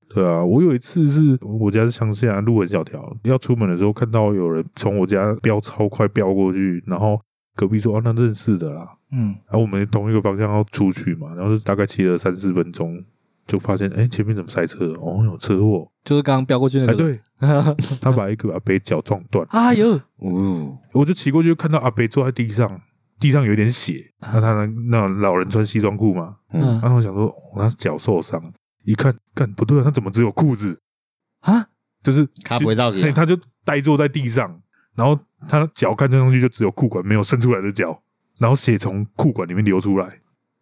对啊，我有一次是我家是乡下，路很小条，要出门的时候看到有人从我家飙超快飙过去，然后隔壁说啊那认识的啦，嗯，然后我们同一个方向要出去嘛，然后就大概骑了三四分钟，就发现哎、诶前面怎么塞车？哦有车祸！就是刚刚飙过去那哎、个人。 对他把一个阿伯脚撞断，哎呦，哦，我就骑过去看到阿伯坐在地上，地上有点血，那他那老人穿西装裤嘛，嗯然后我想说，哦、他脚受伤，一看，干不对啊，他怎么只有裤子？啊，就是卡不会啊造嘿去，他就呆坐在地上，然后他脚看上去就只有裤管，没有伸出来的脚，然后血从裤管里面流出来，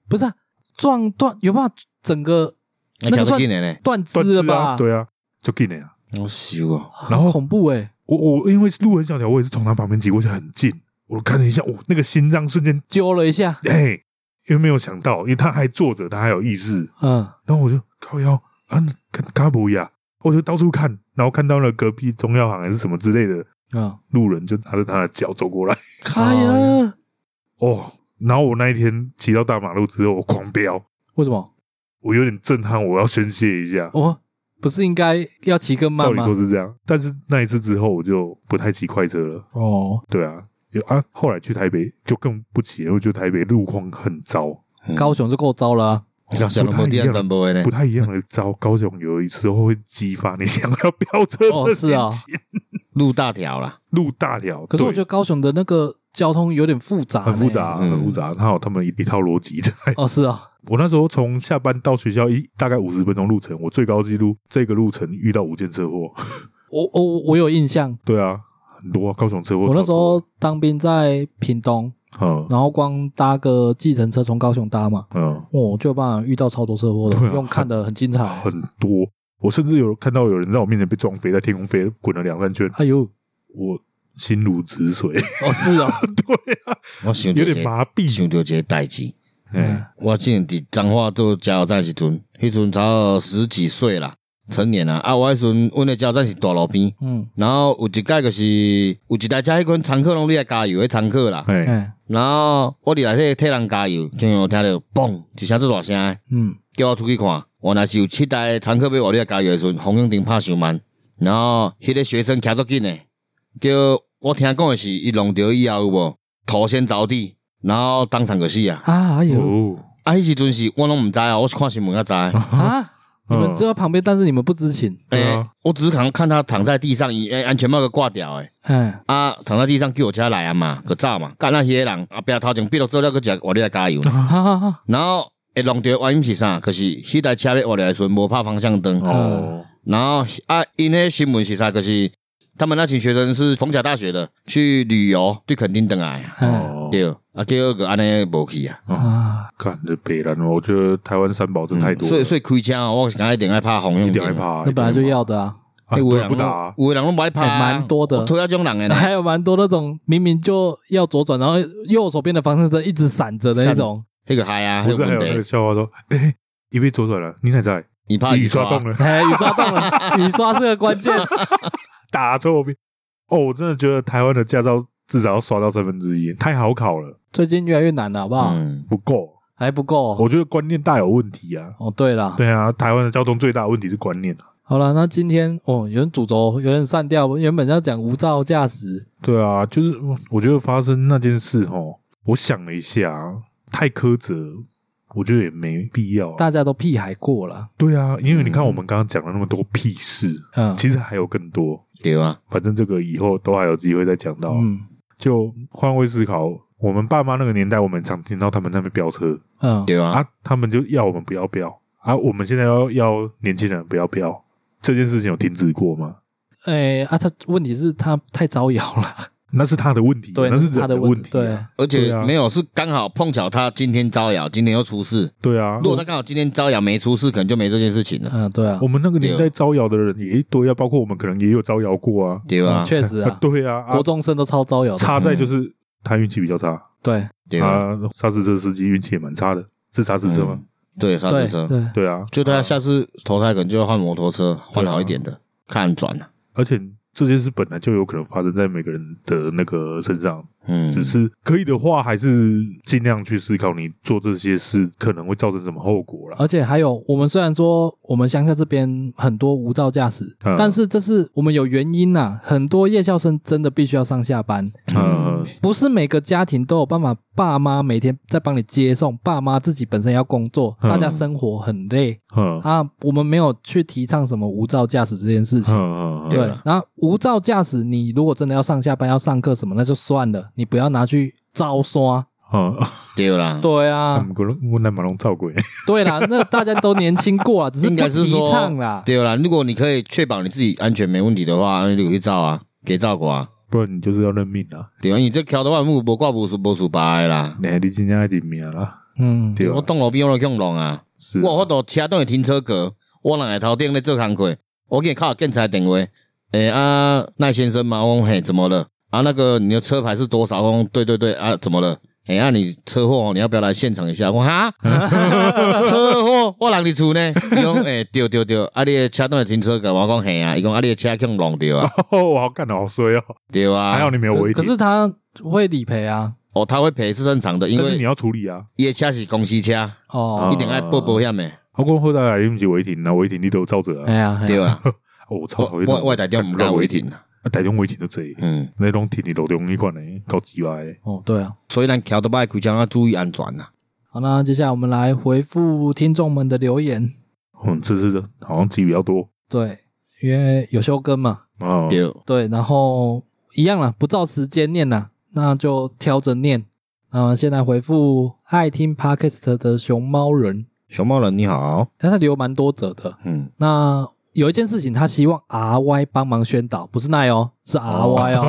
不是啊，撞断有办法整个那条是紧的呢，断肢断了肢吧？啊，，对啊，就进来啊。好羞哦，然后恐怖哎，我我因为路很小条，我也是从他旁边挤过去，很近，我看了一下，我哦那个心脏瞬间，揪了一下，嘿，因为没有想到，因为他还坐着，他还有意识，嗯，然后我就靠腰啊，看嘎不呀，我就到处看，然后看到了隔壁中药行还是什么之类的。啊，路人就拿着他的脚走过来。哎呀，哦，然后我那一天骑到大马路之后，我狂飙，为什么？我有点震撼，我要宣泄一下。我不是应该要骑更照哦慢理吗说？是这样，但是那一次之后，我就不太骑快车了。哦，对啊，有啊，后来去台北就更不骑了，因为就台北路况很糟，高雄就够糟了啊。高雄都无地方全部的呢不，太一样的糟。高雄有一时候会激发你想要飙车哦的是心啊情。路大条啦，路大条，可是我觉得得高雄的那个交通有点复杂，很复杂，哎嗯很复杂，它有他们一一套逻辑在。哦，是啊，我那时候从下班到学校一大概五十分钟路程，我最高纪录这个路程遇到五件车祸。 我我我有印象，对啊，很多、啊、高雄车祸。我那时候当兵在屏东，嗯然后光搭个计程车从高雄搭嘛，嗯我就有办法遇到超多车祸的，对啊用看的很精 彩。很多，我甚至有看到有人在我面前被撞飞，在天空飞滚了两三圈，哎呦，我心如止水， 哦是啊，对啊，我想到有一个点麻痹。想到一个代志。哎、我之前伫彰化做加油站时阵，迄阵才十几岁啦，成年啦。啊，我迄阵阮的加油站是大路边，嗯，然后有一届就是有一台车，迄款常客拢伫来加油，迄常客啦。哎、哎，然后我伫内底替人加油，经常听着嘣一声做大声的，嗯，叫我出去看，原来是有七台常客要我伫来加油的时阵，红绿灯拍伤慢，然后迄个学生骑足紧的，叫我听讲的是伊弄着以后有无头先着地，然后当场就死啊。啊，哎呦哦，啊，迄时阵是我拢毋知啊，我是看新闻才知道。啊，你们嗯知道旁边，但是你们不知情， 对诶、啊我只是看看他躺在地上，伊诶安全帽给挂掉诶，哎，啊，躺在地上叫我车来啊嘛，个走嘛，干那些人后壁头前逼落做了个食活力来加 油，啊哦哈哈哈，然后会弄着原因是啥？可、是迄台车要活力的时阵无拍方向灯，哎哦，然后啊，因迄新闻是啥？可、是他们那群学生是逢甲大学的，去旅游去垦丁等来，哎哦，对，啊，结果个安尼无去啊。嗯啊，看这北兰，哦我觉得台湾三宝真嗯太多了、所以所以开车哦，我是感觉一定爱拍红绿灯，一点害怕、那本来就要的啊。啊，欸有不的然人不拢打、啊，有的人拢不爱拍啊，欸蛮多的哎我推到这种人诶呢。还有蛮多那种明明就要左转，然后右手边的方向灯一直闪着的那种，那个嗨啊，不那是个还有那个问题，笑话说，哎、一被左转了，你哪在？你啊怕雨刷刷动了， 哎，雨刷动了，雨刷是个关键。打错边。哦，我真的觉得台湾的驾照至少要刷到三分之一，太好考了，最近越来越难了，好不好？嗯，不够。还不哦够。我觉得观念大有问题啊。哦，对啦，对啊，台湾的交通最大的问题是观念啊。好了，那今天哦，有点主轴有点散掉，原本要讲无照驾驶，对啊，就是我我觉得发生那件事哦，我想了一下，啊太苛责，我觉得也没必要、啊。大家都屁孩过了，对啊，因为你看嗯我们刚刚讲了那么多屁事，嗯其实还有更多。对啊，反正这个以后都还有机会再讲到啊。嗯就换位思考，我们爸妈那个年代，我们常听到他们那边飙车嗯，对啊，啊，他们就要我们不要飙啊，我们现在要要年轻人不要飙，这件事情有停止过吗？哎啊，他问题是他太招摇了，那是他的问题，对，那那是他人的问题、对啊，，而对且啊没有是刚好碰巧他今天招摇，今天又出事。对啊如。果他刚好今天招摇没出事，可能就没这件事情了，嗯，对啊我，们那个年代招摇的人也一堆啊，包括我们可能也有招摇过啊。，对嗯啊，确实啊 对啊，啊国中生都超招摇的，嗯差在就是他运气比较差对对啊，嗯啊，砂石车司机运气也蛮差的，是砂石车吗？嗯对，刹对车车，对，对啊，就他啊下次投胎可能就要换摩托车，换对啊好一点的，看转啊了。而且这件事本来就有可能发生在每个人的那个身上，嗯，只是可以的话，还是尽量去思考你做这些事可能会造成什么后果啦。而且还有，我们虽然说我们乡下这边很多无照驾驶，嗯但是这是我们有原因呐、啊很多夜校生真的必须要上下班，嗯呃，不是每个家庭都有办法，爸妈每天在帮你接送，爸妈自己本身要工作，嗯大家生活很累、嗯嗯啊。我们没有去提倡什么无照驾驶这件事情。嗯，嗯对啊，然后无照驾驶，你如果真的要上下班、要上课什么，那就算了，你不要拿去照刷。嗯，对啦，对我啊，们可能我那马龙照鬼，对 啦，那大家都年轻过啊，只是应不该是提说倡啦。对啦，如果你可以确保你自己安全没问题的话，那你就去照啊，给照顾啊。不然你就是要认命啊！对啊，你这条的万木无挂无输无输白的啦。哎，你今天要认命啦，嗯，对吧啊我？当路边我就恐龙啊，是我有法度车当会停车格，我人会头顶咧做工课，我给你靠警察电话。诶、啊，赖先生吗？我讲嘿，怎么了？啊，那个你的车牌是多少？我讲对对对啊，怎么了？哎、啊，你车祸哦，你要不要来现场一下？我哈， 车祸我人伫厝呢。伊讲诶，对对对，啊，你的车当会停车格，我讲嘿啊，伊讲啊，你的车恐龙 对啊，哦，我好干的好衰哦，对啊。还好你没有违可停可，是他会理赔啊。哦，他会赔是正常的，因但是你为要处理啊。伊的车是公司车，哦一，定爱报保险的，啊我讲后来你不是违停，啊那违停你都有照着哎啊。呀，哎呀对啊。哦，我超 我讨 厌那我种我台顶唔敢违停啊，啊，台中违停就这样，嗯。那种停你路中迄款的，搞鸡巴的。哦，对啊。所以咱桥都摆开枪要注意安全啊呐、好，那接下来我们来回复听众们的留言。嗯，这次的好像鸡比较多对，因为有休更嘛，啊。对，对，然后一样啦，不照时间念啦，那就挑着念。嗯、现在回复爱听 Podcast 的熊猫人，熊猫人你好，但他留蛮多则的。嗯，那有一件事情，他希望 R Y 帮忙宣导，不是奈哦，是 R Y 哦。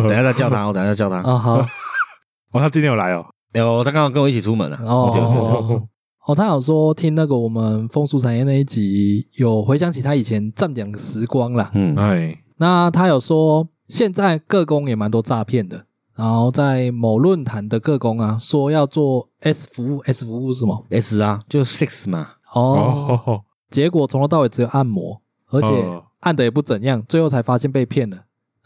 哦 等一下再叫他，我等一下再叫他。啊 好，哦，他今天有来哦。有、他刚好跟我一起出门了、啊哦对对对，哦哦，他有说听那个我们风俗产业那一集，有回想起他以前站点的时光啦。嗯，哎，那他有说，现在各工也蛮多诈骗的，然后在某论坛的各工啊，说要做 S 服务，S 服务是什么？ S 啊，就 six 嘛，哦，哦，结果从头到尾只有按摩，而且哦按的也不怎样，最后才发现被骗了。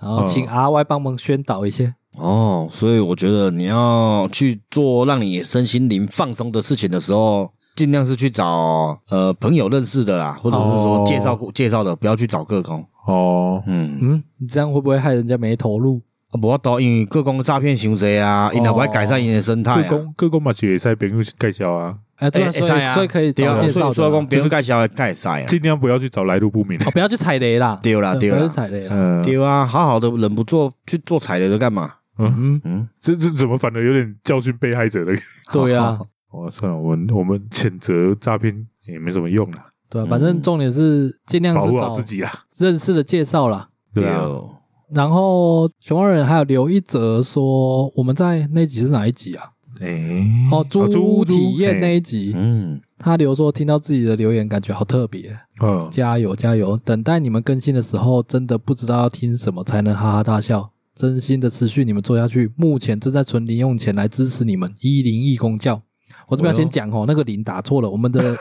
然后请哦 R Y 帮忙宣导一些。哦，所以我觉得你要去做让你身心灵放松的事情的时候，尽量是去找呃朋友认识的啦，或者是说哦介绍、过介绍的，不要去找个工，哦，嗯。嗯，你这样会不会害人家没投入？啊无法度，因为各工诈骗伤济啊，因若不要改善因的生态各啊。公各公嘛是会使朋友介绍啊，哎，对啊，欸所欸是以啊所以可以对找啊，介所绍以说的讲啊。别人介绍的介绍啊。尽量不要去找来路不明的哦，。不要去踩雷啦。对啦啊对不要啦去踩雷啦。嗯，对啊，好好的人不做，去做踩雷的干嘛？嗯，嗯，这这怎么反而有点教训被害者的？ 对啊，哦，算了，我们我们谴责诈骗也没什么用啦，对啊，反正重点是尽量保是护好找自己啦。认识的介绍啦。对啊，哦然后熊猫人还有留一则说，我们在那集是哪一集啊？哎，哦，猪猪体验那一集，嗯，他留说听到自己的留言，感觉好特别，嗯，加油加油！等待你们更新的时候，真的不知道要听什么才能哈哈大笑。真心的持续你们做下去，目前正在存零用钱来支持你们一零一公教。我这边要先讲哦，那个零打错了，我们 的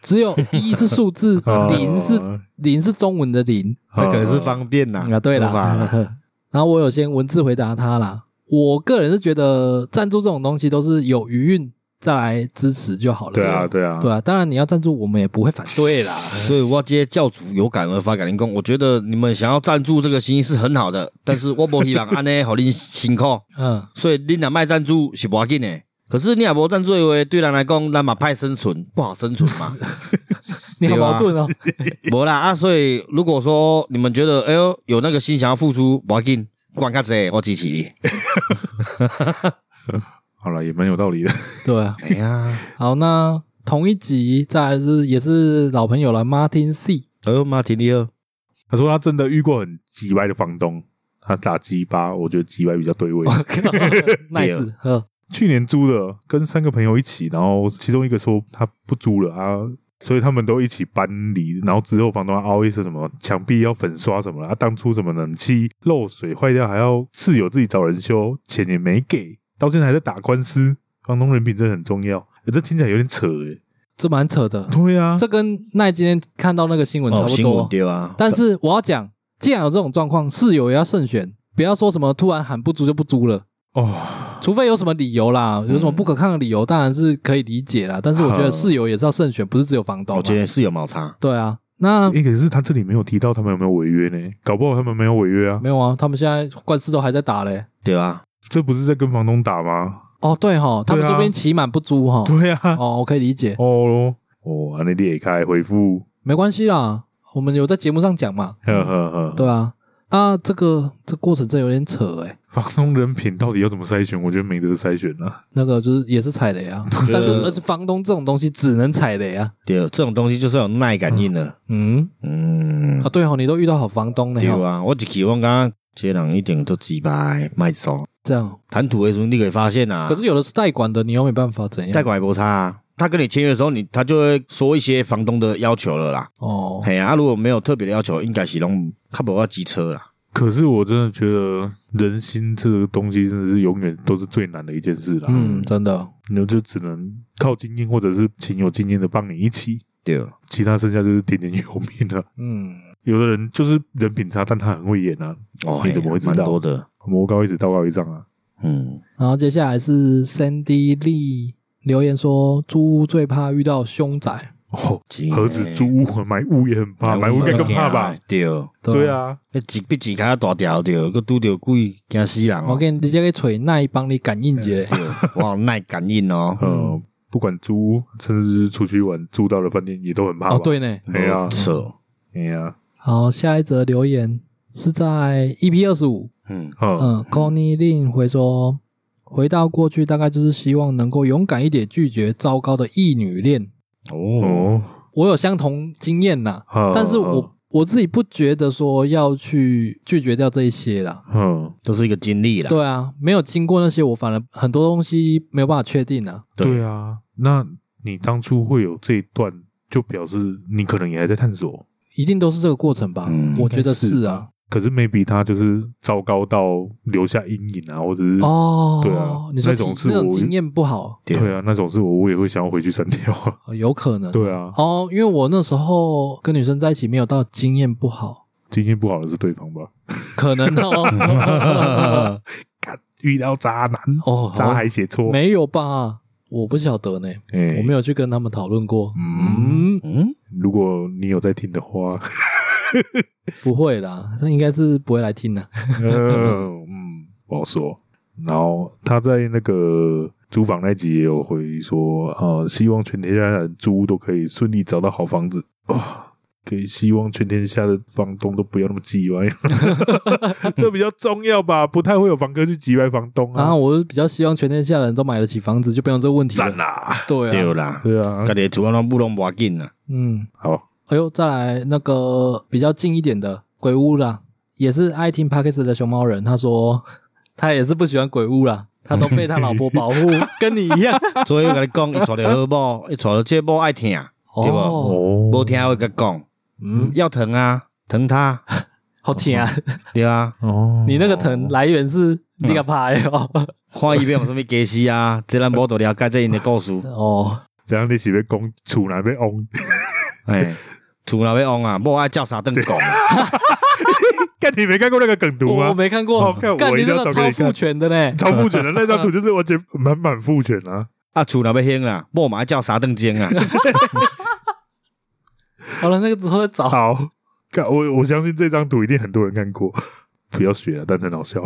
只有一是数字，哦零是零是中文的零那可能是方便呐啊，对 无法啦， 然后我有先文字回答他啦。我个人是觉得赞助这种东西都是有余韵再来支持就好了。对啊，对啊，对啊，当然你要赞助，我们也不会反对 啦。所以我接教主有感而发，感恩公，我觉得你们想要赞助这个心意是很好的，但是我不希望安尼，好恁辛 苦，嗯，所以恁若卖赞助是无要紧的。可是你若无赞助的话，对咱来讲，咱嘛歹生存，不好生存嘛。你好矛盾哦。 无啦啊，所以如果说你们觉得哎呦有那个心想要付出，无要紧，管较济，我支持你。好了，也蛮有道理的。对啊，哎呀，好，那同一集再来是也是老朋友了，Martin C。哎呦妈，挺 厉害。他说他真的遇过很鸡歪的房东，他打鸡巴，我觉得鸡歪比较对味我。靠，nice，呵，去年租的，跟三个朋友一起，然后其中一个说他不租了啊，所以他们都一起搬离。然后之后房东还凹一些什么墙壁要粉刷什么了，啊，当初什么冷气漏水坏掉，还要室友自己找人修，钱也没给，到现在还在打官司。房东人品真的很重要，欸这听起来有点扯欸诶、这蛮扯的。对 啊，这跟奈今天看到那个新闻差哦，不新闻多。对啊，但是我要讲，既然有这种状况，室友也要慎选，不要说什么突然喊不租就不租了，哦，除非有什么理由啦，有什么不可抗的理由，当然是可以理解啦。但是我觉得呵室友也是要慎选，不是只有房东我嘛。觉得是有毛差。对啊，那欸可是他这里没有提到他们有没有违约呢？搞不好他们没有违 约啊没，有啊，他们现在官司都还在打嘞。对啊，这不是在跟房东打吗？哦，对哈，他们对啊这边期满不租哈。对啊，哦，我可以理解，哦哦，安尼你也开回复，没关系啦，我们有在节目上讲嘛。呵呵呵。对啊，啊，这个这过程真有点扯哎、房东人品到底要怎么筛选？我觉得没得筛选啊。那个就是也是踩雷啊，对但是而且房东这种东西只能踩雷啊。对，这种东西就是有耐感应的。嗯，嗯啊，，对哦，你都遇到好房东了对哦，啊，我一去我感觉这人一定做鸡排卖骚。这样。谈吐的时候，你可以发现啊，可是有的是代管的，你又没办法怎样。贷款也不差、啊。他跟你签约的时候，你他就会说一些房东的要求了啦。哦，嘿、啊，如果没有特别的要求，应该是拢较不要机车啦。可是我真的觉得人心这个东西真的是永远都是最难的一件事啦。嗯，，真的，你就只能靠经验，或者是请有经验的帮你一起，对，其他剩下就是点点有命了、嗯，有的人就是人品差，但他很会演啊。哦，你怎么会知道蛮多的，魔高一尺，道高一丈啊。嗯，然后接下来是 Sandy Lee 留言说，租屋最怕遇到凶宅。哦，是何止租屋，买屋也很怕，买屋应该更怕吧？？哎对，对，啊，。那几笔几卡大条对，佮拄着鬼惊死人我哦。给你直接给锤那一帮你感应节，对，我好耐感应哦 呃，不管租屋，甚至是出去玩租到的饭店，也都很怕吧。哦，对呢。哎呀扯，哎呀，好，下一则留言是在 EP 二十五，嗯，嗯，嗯 c o n n y Lin 回说，回到过去大概就是希望能够勇敢一点拒绝糟糕的异女恋。哦，哦，我有相同经验呐，呵嗯但是哦我我自己不觉得说要去拒绝掉这一些啦。嗯，都是一个经历啦。对啊，没有经过那些，我反而很多东西没有办法确定啊。对对啊，那你当初会有这一段，就表示你可能也还在探索。一定都是这个过程吧？嗯我觉得应是该是啊。可是 maybe 他就是糟糕到留下阴影啊，或者是、哦，对啊你说那种经是那种我经验不好，对对啊，那种是我我也会想要回去删掉啊。呃有可能。对啊， 哦，因为我那时候跟女生在一起，没有到经验不好，今天不好的是对方 吧？可能 哦。遇到渣男，哦，渣还写错，没有吧？我不晓得呢，哎我没有去跟他们讨论过。嗯，嗯，嗯，如果你有在听的话，不会啦，那应该是不会来听的。呃嗯，不好说。然后他在那个租房那集也有回说，呃，希望全天下的人租都可以顺利找到好房子啊、可以希望全天下的房东都不要那么叽歪，这比较重要吧？不太会有房客去叽歪房东然啊后，我是比较希望全天下人都买得起房子，就不用这个问题赞了。啦！对啊，对哦啦，对啊家，己的主要拢不拢要紧 啦。嗯，好，哎呦，再来那个比较近一点的鬼屋啦，也是爱听 p a c k e s 的熊猫人，他说他也是不喜欢鬼屋啦，他都被他老婆保护，跟你一样。所以我跟你讲，伊娶着好某，伊娶着这某爱听，对吧？哦，无哦，听我甲讲，嗯，要疼啊，疼他，好甜啊！对啊，哦，你那个疼来源是那个拍哦，，看伊要用什么解释啊，这咱无多了解这因的故事哦，怎样？你是被公处男被翁？ 哎。厝若要旺啊，某爱照啥顿讲，看你没看过那个梗图我我吗？没看哦过，看我干你一定这要个找给超你看父权的 呢，超父权的 那张图就是完全满满父权啊！啊，厝若要兴啊，某嘛要叫啥顿煎啊？好了，那个之后再找。好，看我我相信这张图一定很多人看 过，不要学啊，但很好笑。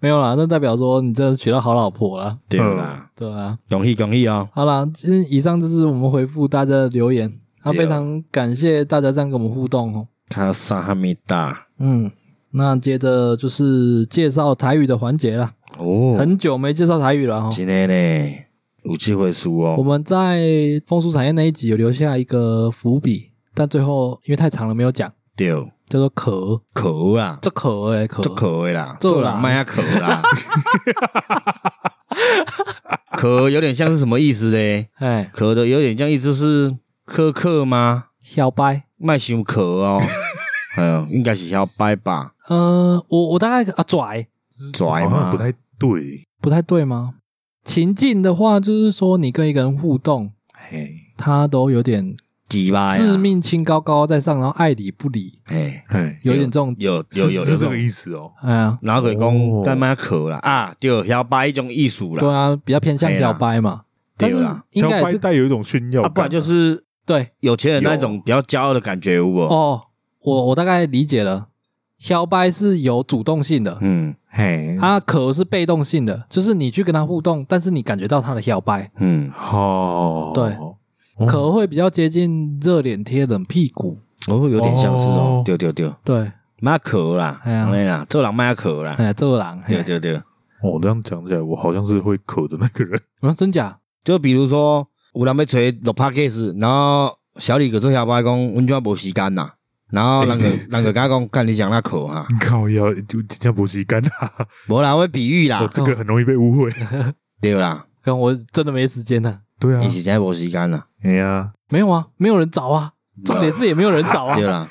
没有啦，那代表说你真的娶到好老婆了，对啦， 对啊。恭喜恭喜哦！好啦，今以上就是我们回复大家的留言，啊，对哦非常感谢大家这样跟我们互动哦。他萨哈密达嗯，那接着就是介绍台语的环节啦，哦，很久没介绍台语了哈。真的呢，有机会输我哦。们在风俗产业那一集有留下一个伏笔，但最后因为太长了没有讲，对，叫做壳，可啦，这壳哎壳做，可的啦，做啦啦，卖下啊可啦。 可有点像是什么意思嘞？哎，可的有点像意思是苛刻吗？小白。卖想可 哦，嗯，应该是要掰吧，呃，我我大概啊拽拽好哦像嘛不。太对，不太对吗？情境的话，就是说你跟一个人互动，嘿，他都有点鸡巴哎呀！致命清高高在上，然后爱理不理，哎，嘿，有点这种，有有有有是这这种个，意思哦。哎呀，然后就哦讲干嘛可啦啊，对，摇摆一种艺术对啦，啊，比较偏向哎呀表白嘛，但对是啦，应该然也后白是带有一种炫耀啊，感，不然就是对有钱人那种比较骄傲的感觉，有无？哦，我我大概理解了，表白是有主动性的，嗯嘿，啊，可是被动性的，就是你去跟他互动，但是你感觉到他的表白，嗯，哦，对哦，可会比较接近热脸贴冷屁股，哦，有点像是哦哦，对对对，对，妈可啦，哎呀哎呀，做人妈可啦， 哎，这个狼，对嘿对对，哦，这样讲起来，我好像是会渴的那个人。 嗯，真假？就比如说有人要找录 podcast，然后小李个做摇摆讲，阮怎无时间呐，然后人个人个甲讲，干你讲那可哈，靠腰，就真正不吸干啊！无啦，我比喻 我啦，这个很容易被误 会。对啦，跟我真的没时间呐、对啊伊，是真无时间啦，哎呀，没有啊，没有人找啊，重点是也没有人找 啊。对啦，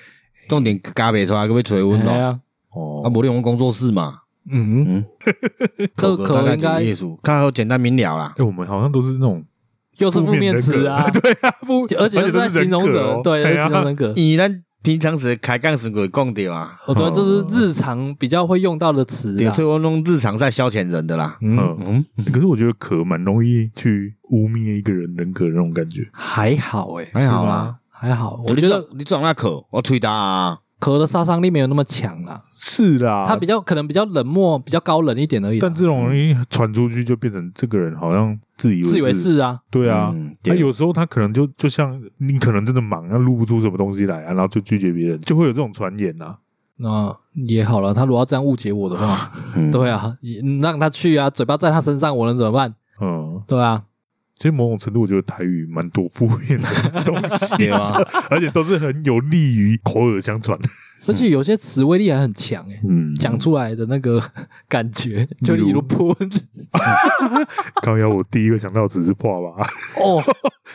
重点加袂出来，佮要找阮哎咯。呀，啊，哦，无利用工作室嘛，嗯，嗯， 这个大可概应几个该页数，看好简单明了啦。哎，我们好像都是那种又是负面词啊，对啊，负， 而且又是都在形容人格人，哦对，哎在呀形容人格。以咱平常时开杠时会讲着啊，我觉得这是日常比较会用到的词对，啊所。以我弄日常在消遣人的啦。嗯，嗯，嗯，可是我觉得可蛮容易去污蔑一个人人格的那种感觉。还好诶，还好啦是吗。还好，我你觉撞得你撞那口，我吹他啊。壳的杀伤力没有那么强啦，是啦，他比较可能比较冷漠，比较高冷一点而已啦。啊但这种容易传出去，就变成这个人好像自以为自以为是啊，对啊。嗯他对有时候他可能就就像你可能真的忙，他录不出什么东西来啊，然后就拒绝别人，就会有这种传言啊。那哦也好了。他如果要这样误解我的话，嗯 对啊，也让他去啊，嘴巴在他身上，我能怎么办？嗯，对啊，其实某种程度，我觉得台语蛮多负面的东 西对，啊，而且都是很有利于口耳相传。而且有些词威力还很强诶。嗯，讲出来的那个感觉，就例如例如喷 刚要我第一个想到的只是破吧， 哦，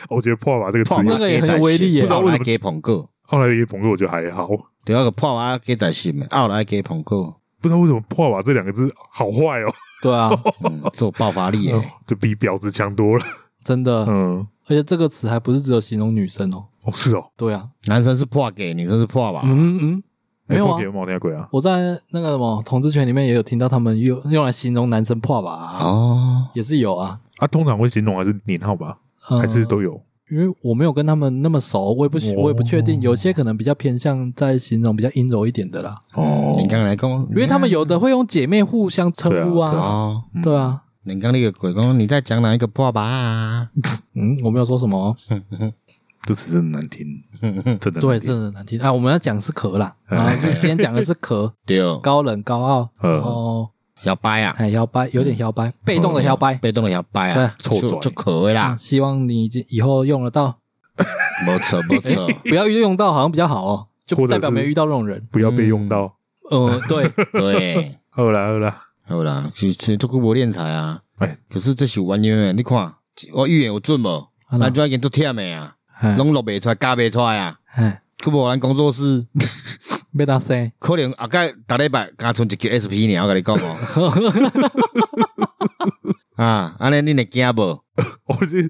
我觉得破吧这个词破那马个也很有威力耶不知道为什么给捧够，后来也捧过，我觉得还好。对那个破马给在心的，后来给捧够，不知道为什么“破瓦”这两个字好坏哦， 对 啊，嗯， 做爆发力哦耶。就比婊子强多了。真的，嗯，而且这个词还不是只有形容女生哦，哦是哦，对啊，男生是破给，女生是破吧？啊嗯嗯，没有啊给猫天鬼啊，我在那个什么统治权里面也有听到他们用用来形容男生破吧，哦，也是有啊，啊，通常会形容还是年号吧，嗯还是都有因为我没有跟他们那么熟，我也不哦我也不确定，有些可能比较偏向在形容比较阴柔一点的啦，哦你刚才讲，因为他们有的会用姐妹互相称呼对啊，哦，嗯对啊，你刚那个鬼公，你在讲哪一个破吧啊？嗯，我没有说什么哦，这词真的 难听，真的对，难听真的难听啊，我们要讲是壳啦，啊，是今天讲的是壳。对，高冷高傲，嗯然后摇摆啊，还摇摆，有点摇摆，被动的摇摆。被动的摇摆啊，对就臭嘴就可以啦啊，，希望你已经以后用得到，没错没错，不要用到好像比较好哦，就或者代表是没遇到这种人。不要被用到。呃，对，对，好啦好啦， 好啦，其实这个无练才啊，哎可是这是有原因的，你看我预言有准无？啊咱这已经足忝的啊，哎拢录袂出来，教袂出来啊，哎，佮无咱工作室被他塞，可能后盖逐礼拜加剩一个 SP 尔，我甲你讲哦。啊，安尼恁会惊无？我是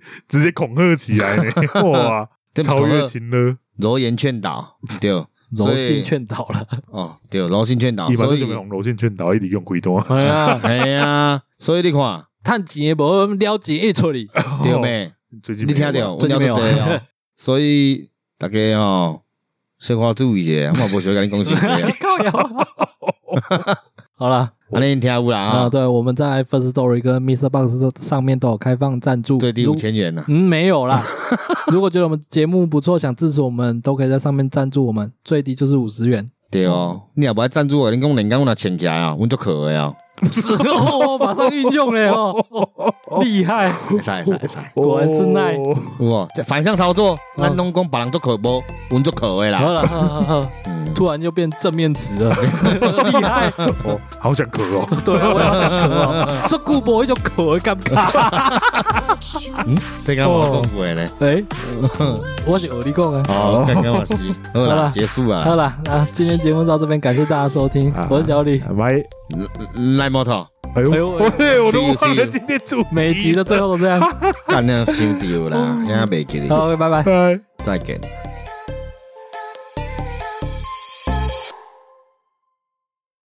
直接恐吓起来呢，哇，真恐超吓越情了，柔言劝导，对，柔所以性劝导了。，哦，对，柔性劝导，伊嘛所这以就用柔性劝导，一直用啊几多哎呀，哎呀，所以你看，趁钱的无了钱一出去，哦对没？最近你没有听着，最近我没有了解哦。所以大家哦，小可注意者，我无想跟你讲是啊， 靠呀！ 好了安尼你听有啦啊，啊，对，我们在 First Story 跟 Mr. Box 上面都有开放赞助，最低如五千元呐。嗯，没有 啦。如果觉得我们节目不错，想支持我们，都可以在上面赞助我们，最低就是五十元。对哦，你也不爱赞助我，你讲人工我若请起来啊，阮足可的啊，哦， 马上运用嘞哦， 厉害！会使会使会使，果然是耐哦有无？这反向操作，咱拢讲别人足可无，阮足可的好啦。了好好，好嗯，突然就变正面词了， 厉害！好想咳哦。 对啊，我也好想咳哦，这顾博一种咳的尴尬。这个我有讲过呢。 哎，我是耳力讲啊。哦，这个我是。好好啦啦，结束好啦。了，那今天节目到这边，感谢大家收听啊，我是小李。来，赖摩托，哎呦，哎呦我嘿 我都 See you, 忘 see 了 you 今天主题每集的最后都这样。干那想到啦，现在袂记哩，好，拜拜。拜。再见。